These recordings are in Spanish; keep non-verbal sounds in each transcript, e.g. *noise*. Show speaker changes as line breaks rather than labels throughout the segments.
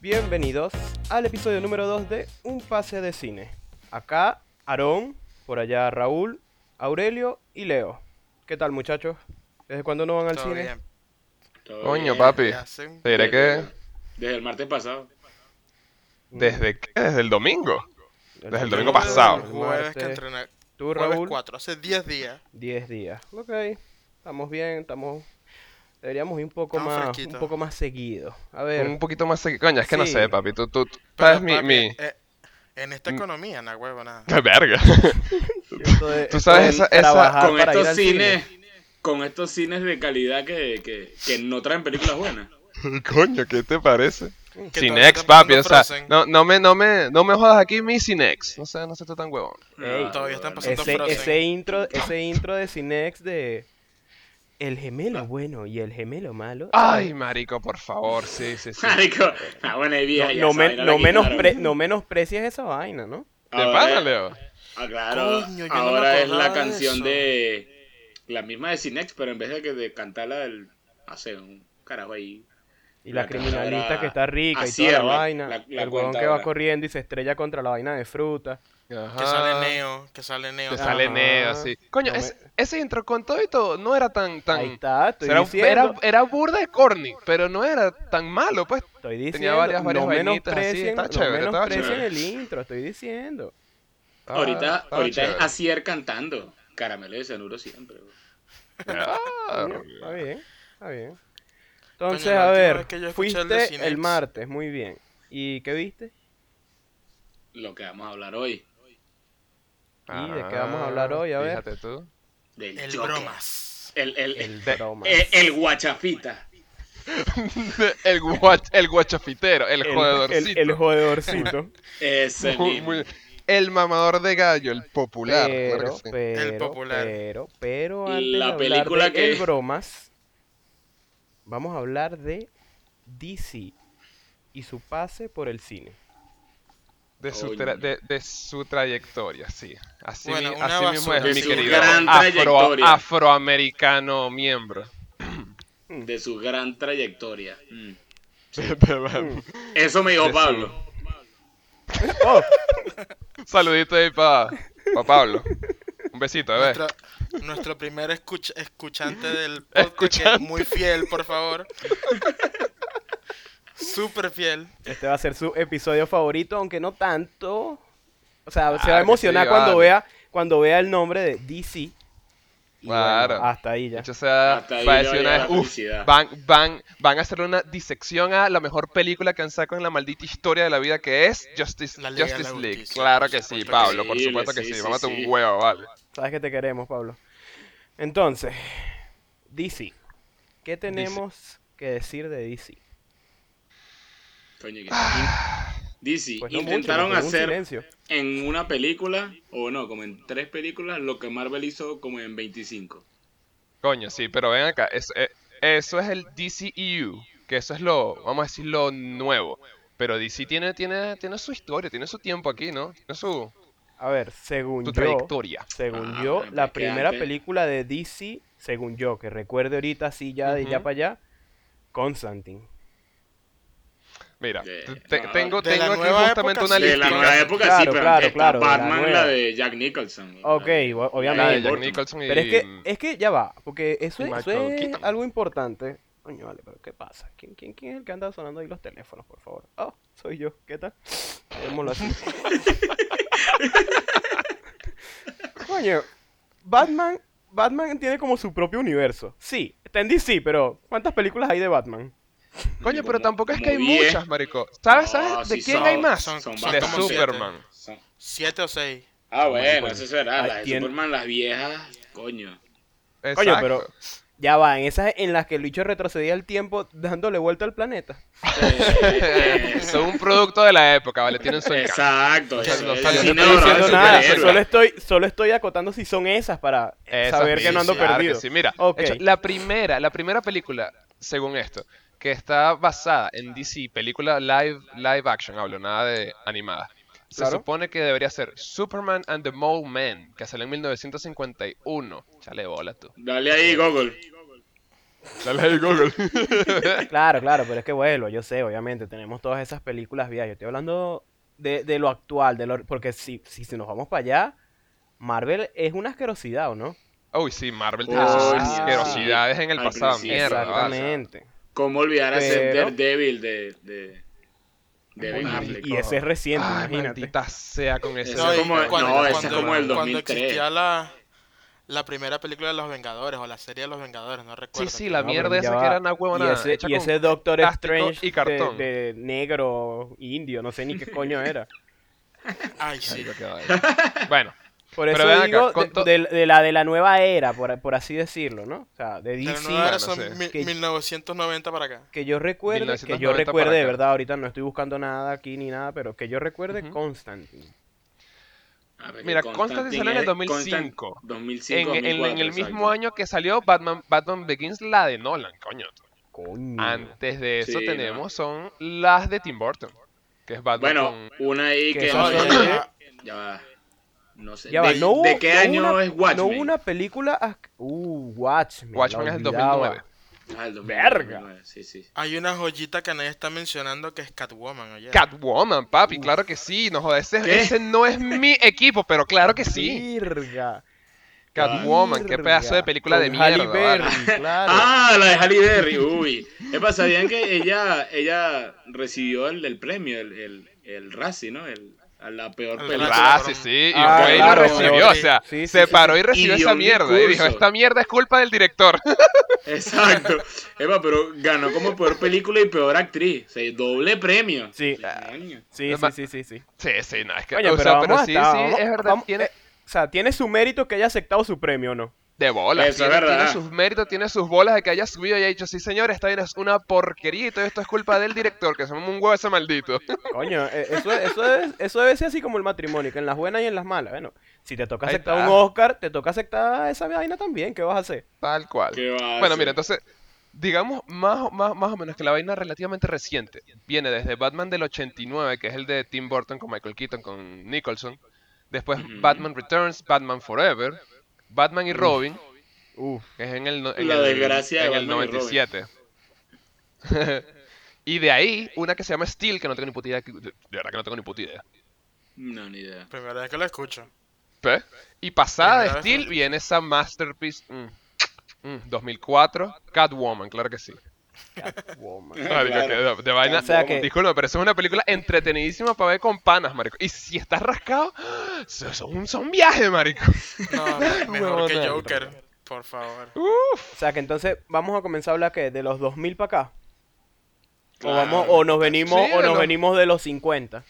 bienvenidos al episodio número 2 de Un Pase de Cine. Acá, Aarón, por allá Raúl, Aurelio y Leo. ¿Qué tal, muchachos? ¿Desde cuándo no van al
Todo
cine?
bien.
Todo
Coño,
bien,
papi.
ya sé.
Te diré que
Desde el martes pasado.
desde qué? Desde el domingo. desde el
Yo no
domingo
veo
pasado.
el Jueves que
martes.
entrené.
Tú,
Jueves
Raúl,
4, hace 10 días.
10 días. Ok, estamos bien, estamos... Deberíamos ir un poco,
Estamos
más, un
fresquitos.
poco más seguido. A ver,
Un poquito más. segui- Coño, es que no
Sí.
sé, papi. Tú, tú, tú
Pero,
sabes mi.
papi,
mi...
eh, en esta economía, na huevo, nada.
*laughs* Verga.
esto de-
*laughs* tú sabes
esto de
esa- esa-
trabajar para
Ah, con
ir
estos
al
al
cine.
cine.
Con estos cines de calidad que, que, que no traen películas buenas.
Coño, ¿qué te parece?
Que todavía
Cinex,
están
papi. O
pasando
sea,
Frozen.
no, no, me, no, me, no me jodas aquí mi Cinex. No sé, no sé, tú tan huevón.
Ey.
Ah,
Eh, Todavía están
bueno.
pasando
Ese,
Frozen.
ese intro, ese intro de Cinex de... El gemelo bueno y el gemelo malo.
Ay, marico, por favor. Sí, sí,
*laughs*
sí.
Marico. Ah, bueno, ahí
No,
vieja. ya
no
esa
men-
vaina la
no
quitaron.
menospre- no menosprecies esa vaina, ¿no?
¿Te
Ahora-
pasa, Leo?
Ah, claro.
Coño, yo no me
ahora es la
acordaba de
canción
eso.
de. La misma de Cinex, pero en vez de, que de cantarla, del, hace un carajo ahí.
Y la
La
criminalista
cazadora
que está rica y
así
toda la
es, la-
vaina.
la- la
el huevón que va
contadora.
corriendo y se estrella contra la vaina de fruta.
Ajá.
Ah.
Que sale Neo, que sale Neo.
Te sale
Ajá.
Neo, sí. Coño,
No me-
ese, ese intro con todo y todo no era tan. tan...
Ahí está, estoy
era,
diciendo.
era, era burda de corny, pero no era tan malo, pues.
Estoy diciendo.
varias- varias
no
vainitas así,
menosprecien-
estaba chévere,
no
estaba
menosprecien
chévere.
el intro, estoy diciendo.
Estaba-
ahorita
estaba
ahorita es
Ah, chévere.
Asier cantando. Caramelo de cianuro siempre. bro.
Ah,
Coño, Está bien, está bien. Entonces,
la
a
última
ver,
vez que yo escuché el de
fuiste el,
Cinex.
martes, muy bien. ¿Y qué viste?
Lo que vamos a hablar hoy.
¿Y de qué vamos a hablar hoy? A ver.
ah, Fíjate tú. *laughs*
Del
El
Joker.
bromas.
El, el,
El
el,
broma.
el guachafita.
el, guach- el guachafitero, el,
Eh,
El-
jodedorcito.
El, el
*laughs*
jodedorcito.
Ese
Muy-
mismo.
muy- el mamador de gallo, el popular. claro
pero,
que sí.
pero,
El popular.
pero, pero antes
La
de
película
hablar de
que-
el bromas, vamos a hablar de DC y su pase por el
*laughs*
cine.
de, su
Coño.
tra- de, de su trayectoria, sí. Así,
Bueno,
mi-
una
así mismo
basura,
es mi
sí.
querido
Gran
afro,
trayectoria.
afroamericano miembro.
de su gran trayectoria. Mm. Eso me dijo
De su-
Pablo.
*laughs* Oh. Saludito ahí para pa Pablo. Un besito, bebé.
Nuestro, nuestro primer escuch- escuchante
*laughs*
del podcast,
Escuchante.
que es muy fiel, por favor. Súper fiel.
Este va a ser su episodio favorito, aunque no tanto. O sea, se va
Claro
a
Ah, que
emocionar
sí,
cuando,
vale.
vea, cuando vea el nombre de DC. Y bueno,
Claro.
hasta ahí ya.
Dicho sea,
Hasta ahí
va
ya
a decir una
llega
vez,
la
"Uf,
felicidad".
van, van, van a hacer una disección a la mejor película que han sacado en la maldita historia de la vida que es Justice,
La Liga de la
Justice League.
Justicia,
Claro
por
que sí,
supuesto que
Pablo,
sí,
por supuesto que
sí,
sí.
sí,
Mámate
sí.
un huevo, vale.
Sabes que te queremos, Pablo. Entonces, DC. ¿Qué tenemos que decir de DC?
Coño, que- DC,
Pues no mucho,
intentaron
nos quedó un
hacer
silencio.
en una película, o no, como en tres películas, lo que Marvel hizo como en 25.
Coño, sí, pero ven acá. Eso, eh, eso es el DCEU, que eso es lo, vamos a decir, lo nuevo. Pero DC tiene, tiene, tiene su historia, tiene su tiempo aquí, ¿no? Tiene su,
A ver, según
su
yo,
trayectoria.
según
Ah,
yo,
pero
la
es que
primera
antes-
película de DC, según yo, que recuerde ahorita así ya de ya
Ujú.
para allá, Constantine.
Mira,
De-
te-
no,
tengo,
de la
tengo aquí
nueva
justamente
época,
una
sí.
De
lista.
la
Listica.
nueva época, sí,
Claro,
pero
claro,
está
claro, de la
Batman,
nueva.
la de Jack Nicholson.
Ok,
Ah, La-
o-
La
obviamente.
de Jack
Burton.
Nicholson y...
Pero es que, es que ya va, porque eso,
y
es- eso
Michael
es
Keaton.
algo importante. Coño, vale, pero ¿qué pasa? ¿Quién, quién, ¿Quién es el que anda sonando ahí los teléfonos, por favor? Oh, soy yo, ¿qué tal? Démoslo así. Coño, Batman, Batman tiene como su propio universo. Sí, está en DC, pero ¿cuántas películas hay de Batman?
Coño, pero
Como-
tampoco es
como
que hay
10.
muchas, marico. ¿sabes,
No,
sabes de
sí
quién
son-
hay más?
son-
más
de
como siete.
Superman.
Son-
¿Siete o seis?
Ah, bueno, eso será.
Ay,
Las de
tiene-
Superman, las viejas, coño.
Coño,
Exacto.
pero ya va, en esas en las que el bicho retrocedía el tiempo dándole vuelta al planeta.
Eh, eso.
*laughs* Son un producto de la época, ¿vale? Tienen su encanto.
Exacto.
O sea,
eso,
no
el
salió-
cine
no
No estoy
dorado
diciendo
del
nada,
superhéroe.
solo estoy, solo estoy acotando si son esas para
Esas
saber que no
mismas,
ando
claro que
perdido.
sí. Mira,
Ok.
de hecho, la primera, la primera película, según esto, que está basada en DC, película live, live action, hablo, nada de animada. Se
Claro.
supone que debería ser Superman and the Mole Man, que salió en 1951. Chale bola tú.
Dale ahí, Google.
Dale ahí Google.
Claro, claro, pero es que vuelvo, yo sé, obviamente, tenemos todas esas películas viejas. Yo estoy hablando de, de lo actual, de lo, porque si, si, si nos vamos para allá, Marvel es una asquerosidad, ¿o no?
Uy, sí, Marvel tiene sus
Coño,
asquerosidades en el
Al
pasado.
principio.
Mierda, vale.
Exactamente.
¿Cómo olvidar a ser
Pero-
Daredevil de, de, de Ben
Ay,
Affleck?
Y ese es reciente,
Ay,
imagínate.
maldita sea con ese.
Eso es
y
como- no, ese es como el
cuando
2003.
existía la, la primera película de Los Vengadores o la serie de Los Vengadores, no recuerdo.
Sí, sí, la
No, pero
mierda
ya
esa
va.
que era una
Y
huevona.
ese,
hecha
y
con-
ese Doctor
plástico
Strange
y cartón.
De, de negro, indio, no sé ni qué coño era.
Ay, sí.
Marico, qué vaina.
*laughs*
Bueno,
Por
Pero
eso
ven acá,
digo, de-
con to-
de, de la de la nueva era, por, por así decirlo, ¿no? O sea, de
Pero
DC.
no era,
bueno,
son
sí.
mil-
Que-
1990 para acá.
Que yo recuerde, que yo
1990
recuerde,
para
de
acá.
verdad, ahorita no estoy buscando nada aquí ni nada, pero que yo recuerde
Ujú.
Constantine.
A ver,
Mira,
que
Constantine salió en el
es-
2005.
Constan- 2005,
en, en- en
2004,
el mismo
exacto.
año que salió Batman, Batman Begins, la de Nolan, coño.
Coño.
Antes de eso
Mm. Sí, no.
tenemos son las de Tim Burton, que es Batman
Bueno,
con-
una ahí
Que
que...
son-
no, ya, ya va. No sé.
Ya va,
¿De,
no hubo-
de qué
no
año
una-
es Watchmen?
No hubo una película. as- Uh, Watchmen. la
Watchmen es el
olvidaba.
2009.
Ah, el 2009,
Verga.
2009, Sí, sí.
Hay una joyita que nadie está mencionando que es Catwoman, oye.
Catwoman, papi, claro que sí, no jodas, ese,
¿Qué?
ese no es mi equipo, pero claro que sí.
Virga.
Catwoman, qué pedazo de
virga.
película de
Con Halle
mierda.
Berry,
vale. *laughs*
claro.
Ah, la de Halle Berry, uy. Epa, ¿sabían que ella, ella recibió el, el premio, el, el, el Razzie, ¿no? El, a la peor
El
película.
Ah,
Razzie.
sí, sí, y
Ah,
güey
claro,
lo recibió, o
sí,
sea,
sí,
se
sí,
paró y recibió
Y dio
esa
un
mierda y dijo,
discurso.
esta mierda es culpa del director. *laughs*
Exacto. Epa, pero ganó como peor película y peor actriz. O sea, doble premio.
Sí.
Ah.
Coño.
Sí, sí, sí, sí, sí.
sí, sí, no, es que,
Coño,
o
pero,
sea, pero
vamos
sí,
hasta-
sí,
vamos-
es verdad,
vamos-
tiene,
eh, o sea, tiene su mérito que haya aceptado su premio, ¿no?
De bolas.
Eso es
tiene, tiene
verdad.
sus méritos, tiene sus bolas de que haya subido y haya dicho, sí señor, esta vaina es una porquería y todo esto es culpa del director, que se llama un huevo ese maldito. *laughs*
Coño, eh, eso, eso, debe, eso debe ser así como el matrimonio, que en las buenas y en las malas. Bueno, si te toca
Ahí
aceptar un
está.
Oscar, te toca aceptar esa vaina también. ¿Qué vas a hacer?
Tal cual.
¿Qué va a
Bueno,
hacer?
mira, entonces, digamos más, o- más, más o menos que la vaina es relativamente reciente. Viene desde Batman del 89, que es el de Tim Burton con Michael Keaton, con Nicholson. Después
Ujú.
Batman Returns, Batman Forever, Batman y Robin,
Uf.
que es en el, no- en
La
el-
desgracia de
en el
Batman y Robin.
97. *laughs* y de ahí, una que se llama Steel, que no tengo ni puta idea. que- De verdad que no tengo ni puta idea.
No, ni idea.
Primera vez que lo escucho.
Pe. Y pasada de
Primera vez
Steel
que-
viene esa Masterpiece mm, mm, 2004, Catwoman, claro que sí.
*laughs*
Woman.
Marico,
Claro.
que de, de vaina.
O sea que-
Disculpa, pero eso es una película entretenidísima para ver con panas, marico. Y si estás rascado, eso es un, eso es un viaje, marico.
*laughs*
No, me- mejor que
Huevona.
Joker, por favor.
Uh, O sea, que entonces vamos a comenzar a hablar que de los 2000 para acá.
Claro.
O, vamos, o nos venimos
Sí,
o
de
nos
los-
venimos de los 50.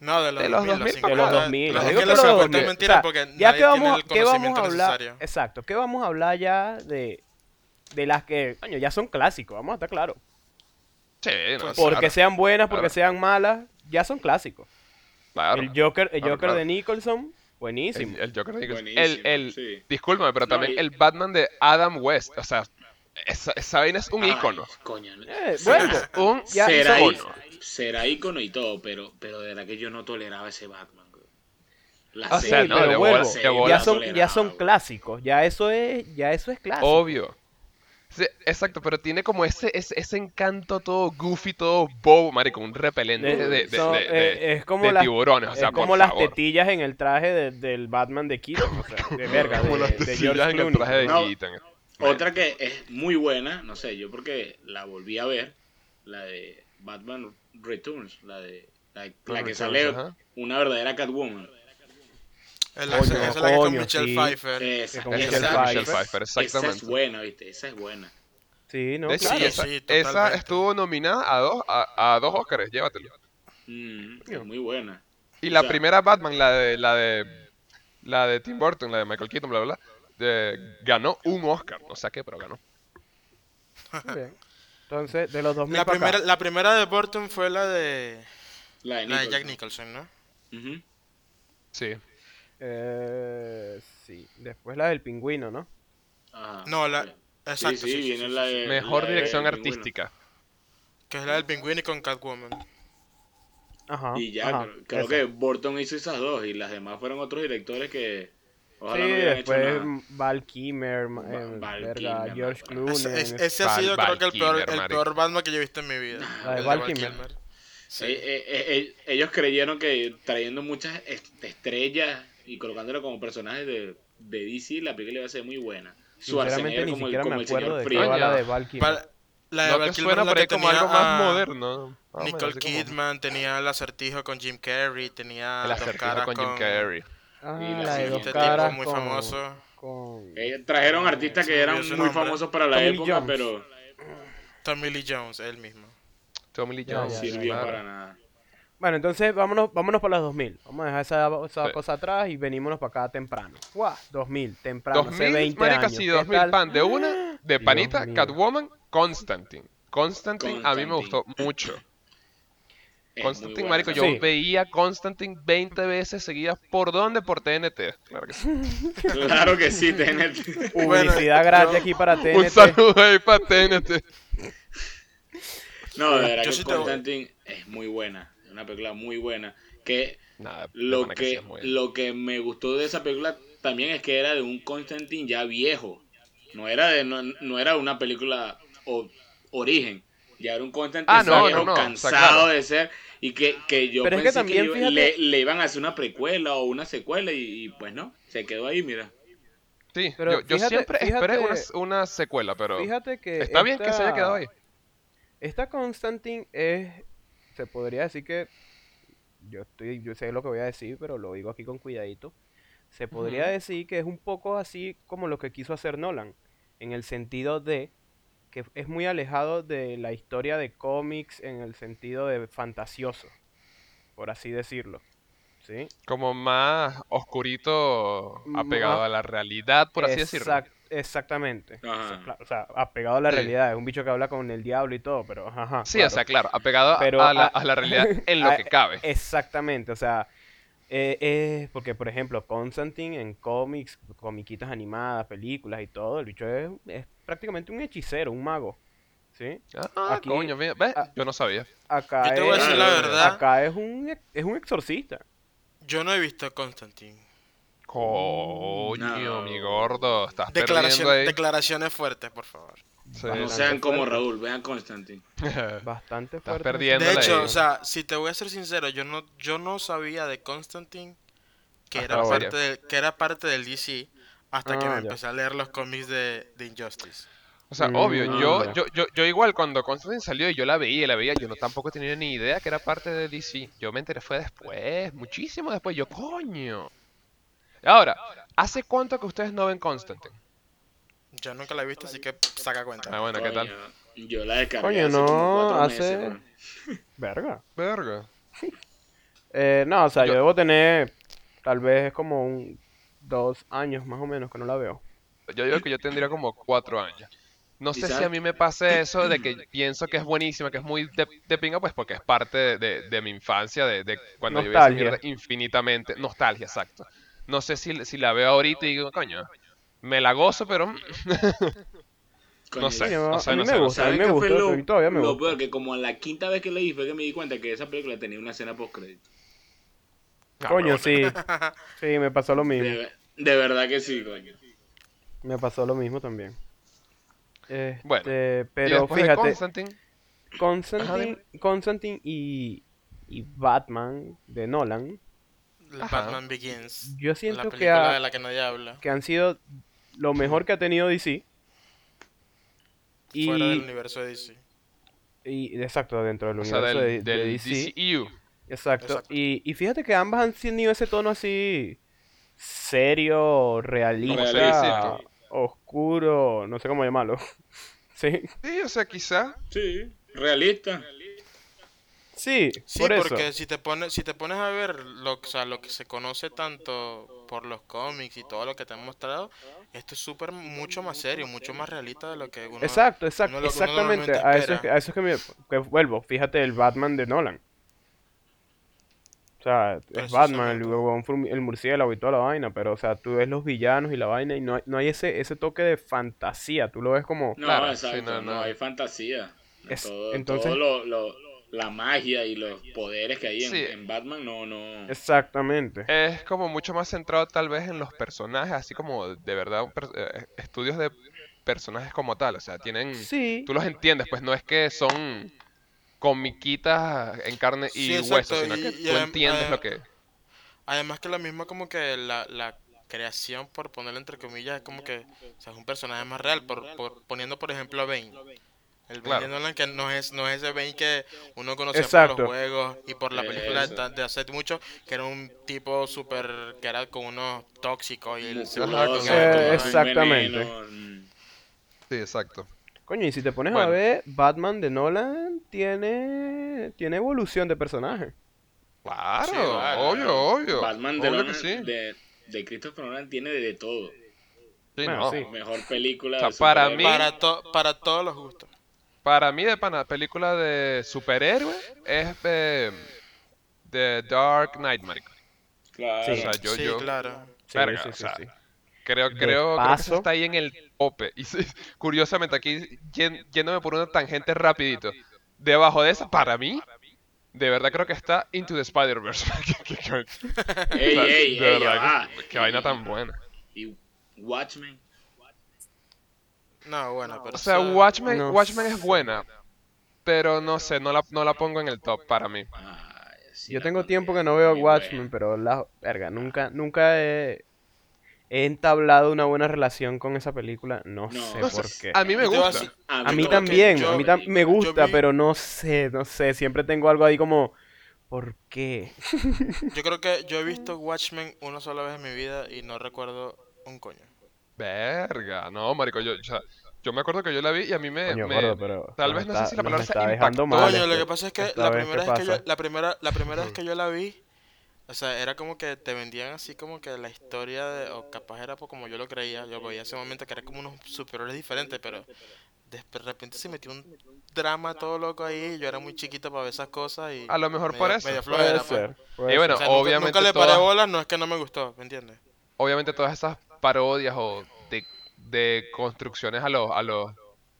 No, de los,
De los
2000,
2000
De
para
los
acá.
2000.
Los
Digo
que
que
los
los
50
2000.
mentira,
O sea,
porque
ya
nadie
que vamos,
tiene el
¿qué vamos
conocimiento
a hablar,
necesario.
exacto, ¿qué vamos a hablar ya de, de las que, coño, ya son clásicos, vamos a estar claro.
Sí, no,
Pues,
claro,
Porque sean buenas, porque
claro.
sean malas, ya son clásicos.
claro.
El Joker, el
Claro,
Joker
claro.
de Nicholson,
El,
buenísimo.
el Joker de Nicholson. El,
Buenísimo,
el,
sí.
Discúlpame, pero
No,
también
y-
el Batman de Adam West. O sea, esa, esa vaina es un
Ay,
ícono.
coño.
Eh,
Será-
vuelvo.
Un
Ya,
será,
eso-
ícono.
í- será ícono y todo, pero, pero de verdad que yo no toleraba ese Batman. güey. La
Ah, sí,
serie,
no,
la
de
pero vuelvo,
bola,
serie
de
no
bola.
ya
la
son, ya
toleraba,
son
güey.
clásicos, ya eso es, ya eso es clásico.
Obvio. Sí, exacto, pero tiene como ese, ese, ese encanto todo goofy, todo bobo, marico, un repelente de, de- de-
Son-
de-
eh,
de-
es como
de
las-
tiburones, o sea,
es como
por
las
favor.
tetillas en el traje de- del Batman de Keaton, o sea,
*laughs*
de verga,
Como
de,
las
de George
tetillas en el
Clooney.
traje de
No.
Keaton.
Otra que es muy buena, no sé, yo porque la volví a ver, la de Batman Returns, la de la, la que
Returns,
sale
ajá.
una verdadera Catwoman.
El, esa
Coño,
esa es la que con
coño,
Michelle
sí.
Pfeiffer.
Esa,
con
Esa
Michelle
esa-
es la de Michelle
Pfeiffer.
Pfeiffer,
esa es
exactamente.
buena, ¿viste? Esa es buena.
Sí, no,
De hecho,
claro.
sí,
esa,
sí,
esa
totalmente.
estuvo nominada a dos, a, a dos Oscars, llévatelo.
Mm, es muy buena.
Y
O
la
sea,
primera Batman, la de, la de la de Tim Burton, la de Michael Keaton, bla, bla, bla, de- ganó un Oscar, no sé qué, pero ganó.
Muy bien. Entonces, de los 2000
La
para acá.
primera, la primera de Burton fue la de,
La de,
la de
Nicholson.
Jack Nicholson, ¿no?
Ujú.
Sí.
Eh, sí, después la del pingüino, ¿no?
Ajá.
No, la...
Sí,
Exacto,
sí, viene la de... Eh,
Mejor
la de
dirección
El Pingüino.
artística.
Que es la del pingüino y con Catwoman.
Ajá.
Y ya,
ajá,
creo, creo
esa.
que Burton hizo esas dos y las demás fueron otros directores que Ojalá
sí,
no hubieran hecho
después mm,
nada.
Val Kilmer, ma-
Va-
eh,
Val
verga,
Kilmer,
George
marico.
Clooney.
Ese, es-
en
ese ha
Val-
sido creo que el
Val
peor,
Kilmer,
el
marico.
peor Batman que yo he visto en mi vida.
La de
el
Val Kilmer.
Sí.
Eh, eh, eh, eh, ellos creyeron que trayendo muchas est- estrellas y colocándolo como personajes de, de DC, la película iba a ser muy buena.
Sinceramente
Schwarzenegger
ni
como, el-
siquiera
como
me
el
acuerdo
señor
de que
Frío.
frío.
iba la
Coño.
de Val Kilmer.
Para- la de
No
Val
te
Kilmer es
suena
la
por
que
ahí como algo
tenía
más
a
moderno. Vamos a
Nicole
decir como-
Kidman, tenía el acertijo con Jim Carrey, tenía
El
dos
acertijo
caras
con Jim Carrey.
Ah,
Y la
la de dos
siguiente, tipo
caras
este muy
con-
famoso.
con-
Eh, trajeron artistas
Sí,
que eran
ese
muy
nombre.
famosos para la
Tommy
época,
Jones.
pero
Tommy Lee Jones, él mismo.
Tommy Lee
Ya,
no
Jones.
ya,
sirvió
Ah, claro.
para nada.
Bueno, entonces vámonos, vámonos para las 2000. Vamos a dejar esa, esa
Sí.
cosa atrás y venímonos para acá temprano. ¡Guau! 2000, temprano, hace
2000,
20
marica,
años.
sí,
¿Qué
2000
tal?
pan de una, de
Dios
panita,
mío.
Catwoman, Constantine. Constantine a mí me gustó
Constantine.
mucho.
Es muy
Constantine,
buena
marico,
esa
yo
Sí.
veía Constantine 20 veces seguidas. ¿Por dónde? Por TNT. Claro que sí.
película. *laughs* Claro que sí, TNT.
Publicidad
Bueno,
gratis
yo-
aquí para
Un
TNT.
saludo ahí para TNT.
*laughs* No, de verdad
Yo
que
sí te voy.
Constantine es muy buena. Es una película muy buena. Que
Nada,
lo
hermana, sí
que,
es muy-
lo que me gustó de esa película también es que era de un Constantine ya viejo. No era de no, no era una película o- origen. Ya era un Constantine
Ah, no,
viejo,
no, no, está
cansado
claro.
de ser. Y que, que yo
Pero es que
pensé que,
también,
iba-
fíjate-
le, le iban a hacer una precuela o una secuela y, y pues no, se quedó ahí, mira.
Sí,
Pero
yo, yo
fíjate-
siempre esperé una,
fíjate-
una secuela, pero
Fíjate que.
está bien que se haya
esta-
quedado ahí.
Esta Constantine es, se podría decir que, yo estoy, yo sé lo que voy a decir, pero lo digo aquí con cuidadito. Se podría
Ujú.
decir que es un poco así como lo que quiso hacer Nolan, en el sentido de que es muy alejado de la historia de cómics en el sentido de fantasioso, por así decirlo. ¿Sí?
Como más oscurito,
Más-
apegado a la realidad, por así decirlo.
Exact- Exactamente. O sea,
Ajá.
claro, o sea, apegado a la
Sí.
realidad. Es un bicho que habla con el diablo y todo, pero ajá.
Sí, o
claro.
sea, claro, apegado a-
Pero
a, la,
a-
a
*laughs*
la realidad en lo
a- eh,
que cabe.
Ah, Exactamente, o sea, eh, eh, porque por ejemplo, Constantine en cómics, comiquitas animadas, películas y todo, el bicho es, es prácticamente un hechicero, un mago. ¿Sí?
Ah,
aquí-
coño, mira, ¿ves?
ah.
Yo no sabía.
Acá
Yo
es,
te voy
a decir la
verdad.
Acá es un, ex- es un exorcista.
Yo no he visto Constantine.
No.
Coño, mi gordo, estás
Declaración-
perdiendo ahí.
declaraciones fuertes, por favor.
Sí,
No
No
*laughs*
Bastante
sean como
fuerte.
Raúl, vean Constantine.
Bastante
Estás
fuerte.
perdiendo
De
Viéndola
hecho,
ahí.
o sea, si te voy a ser sincero, yo no, yo no sabía de Constantine que
Hasta
era,
ahora.
parte del, que era parte del DC hasta que
Ah,
me
ya.
empecé a leer los cómics de, de Injustice.
O sea,
Mm,
obvio, yo,
ya.
yo, yo, yo igual cuando Constantine salió y yo la veía, y la veía, yo no tampoco tenía ni idea que era parte de DC. Yo me enteré fue después, muchísimo después. Yo, coño. Ahora, ¿hace cuánto que ustedes no ven Constantine?
Yo nunca la he visto, así que saca
Ah,
cuenta.
bueno, ¿qué tal?
Coño, Yo la descargué
Coño,
hace
no,
como cuatro
hace-
meses, weón.
Verga.
Verga.
Eh, no, o sea, yo
Yo-
debo tener tal vez como un, dos años más o menos que no la veo.
Yo digo que yo tendría como cuatro años. No sé si
Quizás-
a mí me pase eso de que pienso que es buenísima, que es muy de, de pinga, pues porque es parte de, de- de mi infancia, de, de cuando yo veía esa
Nostalgia.
mierda infinitamente. Nostalgia, exacto. No sé si, si la veo ahorita y digo, coño, me la gozo, pero mm,
Coño,
No sé.
yo-
Coño,
no sé,
a mí
no
me
sé, no
gusta, a mí
¿Saben
me
qué
gustó,
fue lo,
y todavía me
lo
gusta.
peor? Que como a la quinta vez que leí fue que me di cuenta que esa película tenía una escena post-crédito.
Ah,
Coño,
huevón.
sí. Sí, me pasó lo mismo.
De, de verdad que sí, coño.
Me pasó lo mismo también.
Bueno,
Este,
Y
pero
después de
fíjate,
Constantine,
Constantine,
dime.
Constantine y, y Batman de Nolan,
El
Ajá.
Batman Begins.
Yo siento que
la película
a-
de la que nadie habla.
que han sido lo mejor que ha tenido DC. Y,
Fuera del universo de DC.
y- exacto, dentro del
o sea,
universo
del,
de, de
del E
DC.
DCEU.
Exacto.
Exacto.
Y, y fíjate que ambas han tenido ese tono así serio, realista,
Realista.
oscuro, no sé cómo llamarlo. *laughs* sí,
Sí, o sea, quizá.
Sí, realista.
sí,
Sí,
por eso.
porque si te pones, si te pones a ver lo, o sea, lo que se conoce tanto por los cómics y todo lo que te han mostrado, esto es súper mucho más serio, mucho más realista de lo que uno
Exacto, exacto,
uno lo- uno
exactamente.
normalmente
A eso, es
espera.
que, a eso es que me que vuelvo. Fíjate el Batman de Nolan. O sea, es Batman, el,
Precisamente.
huevón furmi- el murciélago y toda la vaina, pero o sea, tú ves los villanos y la vaina y no hay, no hay ese, ese toque de fantasía, tú lo ves como...
No,
Claro,
exacto,
sí, no,
no,
no.
hay fantasía.
Es-
todo
entonces-
todo lo, lo- la magia y los poderes que hay en,
Sí.
en Batman, no, no.
Exactamente.
Es como mucho más centrado tal vez en los personajes, así como de verdad un per- eh, estudios de personajes como tal. O sea, tienen...
Sí.
mm, Tú los entiendes, pues no es que son comiquitas en carne y
Sí,
hueso,
exacto,
sino que
y- y
tú
adem- ah,
entiendes lo
adem-
que...
Además que la misma como que la, la creación, por ponerlo entre comillas, es como que o sea, es un personaje más real, por, por- poniendo por ejemplo a Bane. El Bane
Claro.
de Nolan que no es, no es ese Bane que uno conocía por
Exacto.
los juegos y por la película de,
Eso.
ta- de hace mucho, que era un tipo súper, que era con unos tóxicos y el-
musculoso,
con el-
con
exactamente.
veneno, mm.
Sí, exacto.
Coño, y si te pones a
Bueno.
ver, Batman de Nolan tiene, tiene evolución de personaje.
Claro,
Sí, vale,
obvio, obvio.
Batman de,
obvio
Nolan-
que sí.
de, de Christopher Nolan tiene de todo.
Sí,
Bueno,
no.
sí.
Mejor película.
O sea,
de
para
superhéroes.
mí-
para, to- para todos los gustos.
Para mí, de pana, película de superhéroe es eh, The Dark Knight, marico.
Claro.
O sea, Ah, yo,
sí,
yo
claro.
Sí,
Verga,
sí,
o
sí,
sea,
sí.
creo, creo,
De
creo que eso
paso-
está ahí en el tope. *laughs* Y sí, curiosamente, aquí yen- yéndome por una tangente rapidito. Debajo de esa, para mí, de verdad creo que está Into the Spider-Verse. *laughs* Que- que- que-
Ey,
*laughs* o sea,
ey,
de
ey,
verdad,
ya va.
qué- qué vaina tan buena.
Y Watchmen.
No, bueno, pero
O sea,
eso-
Watchmen,
no
Watchmen es buena, pero no sé, no la, no la pongo en el top para mí.
Ay, sí,
Yo
la
tengo
pondría.
tiempo que no veo
Muy
Watchmen,
buena.
pero la verga, nunca, nunca he, he entablado una buena relación con esa película. No,
No.
sé
No sé,
por qué.
a mí me
Yo
gusta.
así-
A mí
como que
también,
yo-
a mí tam- me
yo
gusta,
vi-
pero no sé, no sé, siempre tengo algo ahí como, ¿por qué?
Yo creo que yo he visto Watchmen una sola vez en mi vida y no recuerdo un coño.
Verga, no, marico, yo, o sea, yo me acuerdo que yo la vi y a mí me,
Coño,
Eh, me-
gordo, pero
tal
nos
vez no
está-
sé si la
nos
palabra
está
sea
dejando
impactó.
mal.
Coño, lo
este-
que pasa es que
esta
la
vez,
primera
¿qué
vez que yo,
pasa?
la primera, la primera vez que yo la vi, o sea, era como que te vendían así como que la historia de, o capaz era por como yo lo creía, yo veía ese momento que era como unos superiores diferentes, pero de repente se metió un drama todo loco ahí, yo era muy chiquito para ver esas cosas y
A lo mejor
medio-
por eso.
medio
Puede
flojera, pues.
ser, puede
Y bueno,
O sea, nunca,
obviamente
nunca le paré
todas-
bolas, no es que no me gustó, ¿me entiendes?
obviamente todas esas parodias o de, de construcciones a los, a los,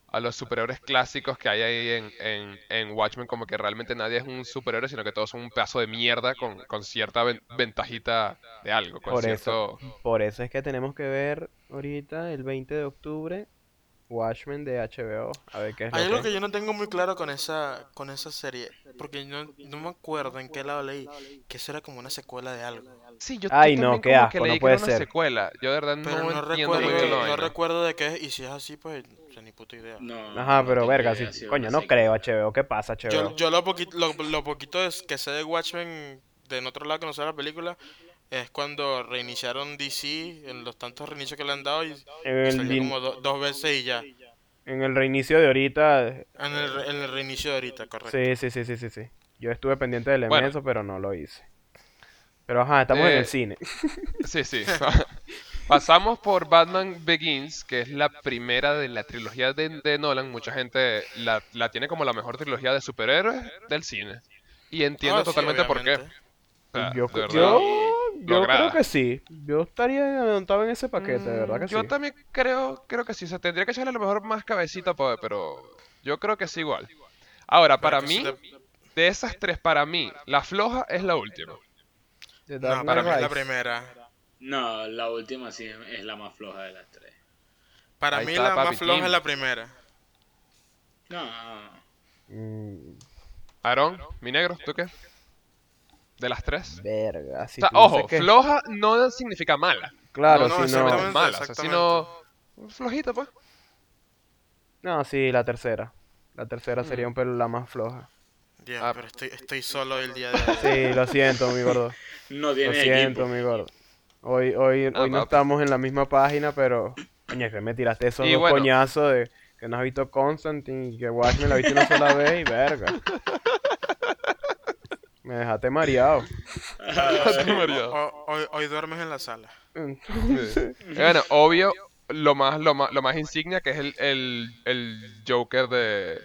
a los superhéroes clásicos que hay ahí en, en, en Watchmen, como que realmente nadie es un superhéroe, sino que todos son un pedazo de mierda con, con cierta ven- ventajita de algo, con
Por
cierto...
eso. Por eso es que tenemos que ver ahorita, el 20 de octubre, Watchmen de HBO. A ver qué es
Hay
lo
algo
que...
que yo no tengo muy claro con esa, con esa serie, porque no, no me acuerdo en qué lado leí, que eso era como una secuela de algo.
Sí, yo,
Ay,
yo
no,
también
qué
como que
asco,
leí
no
que
puede
era una
ser.
secuela. Yo de
Pero
verdad no
no
entiendo muy
recuerdo,
bien la
no
vaina.
recuerdo de qué es, y si es así, pues, o sea, ni puta idea.
No,
Ajá,
no
pero
tengo
verga,
idea
sí,
si es
coño,
una
no creo, HBO, ¿qué pasa, HBO?
Yo, yo lo poquito, lo, lo poquito es que sé de Watchmen, de en otro lado que no sé la película, es cuando reiniciaron DC, en los tantos reinicios que le han dado, y,
en,
y
el,
salió
in-
como do- dos veces y ya.
en el reinicio de ahorita,
En el, re- en el reinicio de ahorita, correcto.
sí, sí, sí, sí, sí, sí. Yo estuve pendiente del
Bueno.
MSO, pero no lo hice. Pero ajá, estamos en
Eh,
el cine.
Sí, sí. *laughs* Pasamos por Batman Begins, que es la primera de la trilogía de, de Nolan. Mucha gente la, la tiene como la mejor trilogía de superhéroes del cine. Y entiendo
Ah, sí,
totalmente por qué.
obviamente.
O sea,
yo
de
yo-
verdad.
*laughs* yo creo
lograda.
que sí. Yo estaría adelantado en ese paquete, de verdad
Mm,
que
yo
sí.
también creo, creo que sí. O sea, tendría que echarle a lo mejor más cabecita, pa- pero yo creo que es igual. Ahora, para
que sí
mí,
te-
de esas tres, para mí, la floja es la última.
The Dark
No, para
Knight
mí es la
Rises.
primera.
No, la última sí es es la más floja de las tres.
Para
Ahí
mí
está,
la más
papi,
floja
Tim.
es la primera.
No,
Mm,
Aarón, mi negro, ¿tú qué? De las tres.
verga, si
O sea,
tuviese
ojo,
que-
floja no significa mala.
Claro,
No,
si no...
exactamente,
mala, o sea, sino flojita, pues.
No, sí, la tercera. La tercera sería
Mm.
un pelo la más floja.
Dios,
Ah.
pero estoy, estoy solo el día de
*laughs*
hoy.
Sí, lo siento, mi gordo.
no
Lo
tiene
siento,
equipo.
mi gordo. Hoy, hoy,
Ah,
hoy no
papi.
estamos en la misma página, pero. Coño, que me tiraste esos
Y
dos
bueno.
coñazos de que no has visto Constantine y que Watchmen la viste una
*laughs*
sola vez y verga. Me dejaste mareado.
*laughs*
*laughs* Ho- Hoy, hoy duermes en la sala.
Mm,
Sí. Y Bueno, obvio, lo más, lo más, lo más insignia que es el, el, el Joker de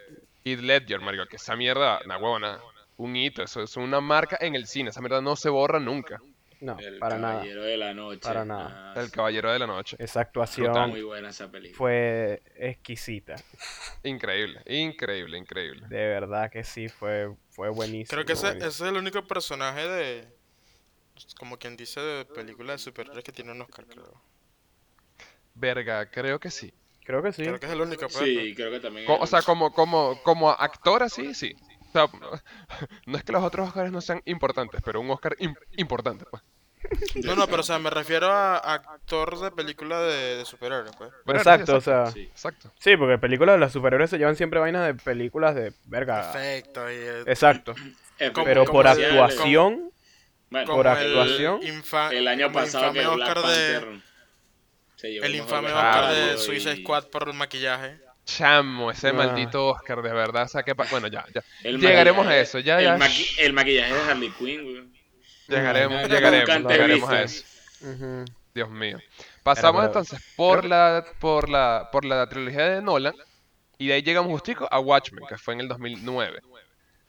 Heath Ledger, marico, que esa mierda, una huevona, un hito, eso es una marca en el cine, esa mierda no se borra nunca.
No,
El
para nada.
Caballero de la Noche.
Para nada.
Ah,
El Caballero de la Noche.
Esa
Está
actuación
muy buena esa película.
fue exquisita.
Increíble, increíble, increíble.
De verdad que sí, fue, fue buenísimo.
Creo que ese,
buenísimo.
ese es el único personaje de. Como quien dice, de película de superhéroes que tiene un Oscar, creo.
Verga, creo que sí.
Creo que sí.
Creo que es el único, pues.
Sí, creo que también.
Co-
es
o sea,
el-
como, como, como actor así, sí. O sea, *laughs* no es que los otros Oscars no sean importantes, pero un Oscar im- importante, pues.
No, no, pero o sea, me refiero a actor de película de, de superhéroes, pues.
Bueno,
exacto,
sí,
o sea.
Sí.
Exacto.
Sí, porque películas de los superhéroes se llevan siempre vainas de películas de verga.
Perfecto, y eh,
Exacto.
Efectos
Pero por
como-
especiales.
actuación,
Bueno,
por actuación.
infa-
El año
como
pasado que
infame
Black
Oscar de,
Panther se llevó
el
mejor
infame
Black
Oscar
Panther
de
y-
Suicide Squad por el maquillaje.
Chamo, ese
Ah.
maldito Oscar, de verdad. O sea, que pa- Bueno, ya, ya.
el
Llegaremos
maquillaje-
a eso, ya,
el
ya.
maqui- El maquillaje de Harley Quinn, güey.
Llegaremos,
Nunca
llegaremos,
antes
llegaremos a
visto.
eso.
Ujú.
Dios mío. Pasamos
pero-
entonces por la, por la, por la trilogía de Nolan y de ahí llegamos justico a Watchmen, que fue en el 2009.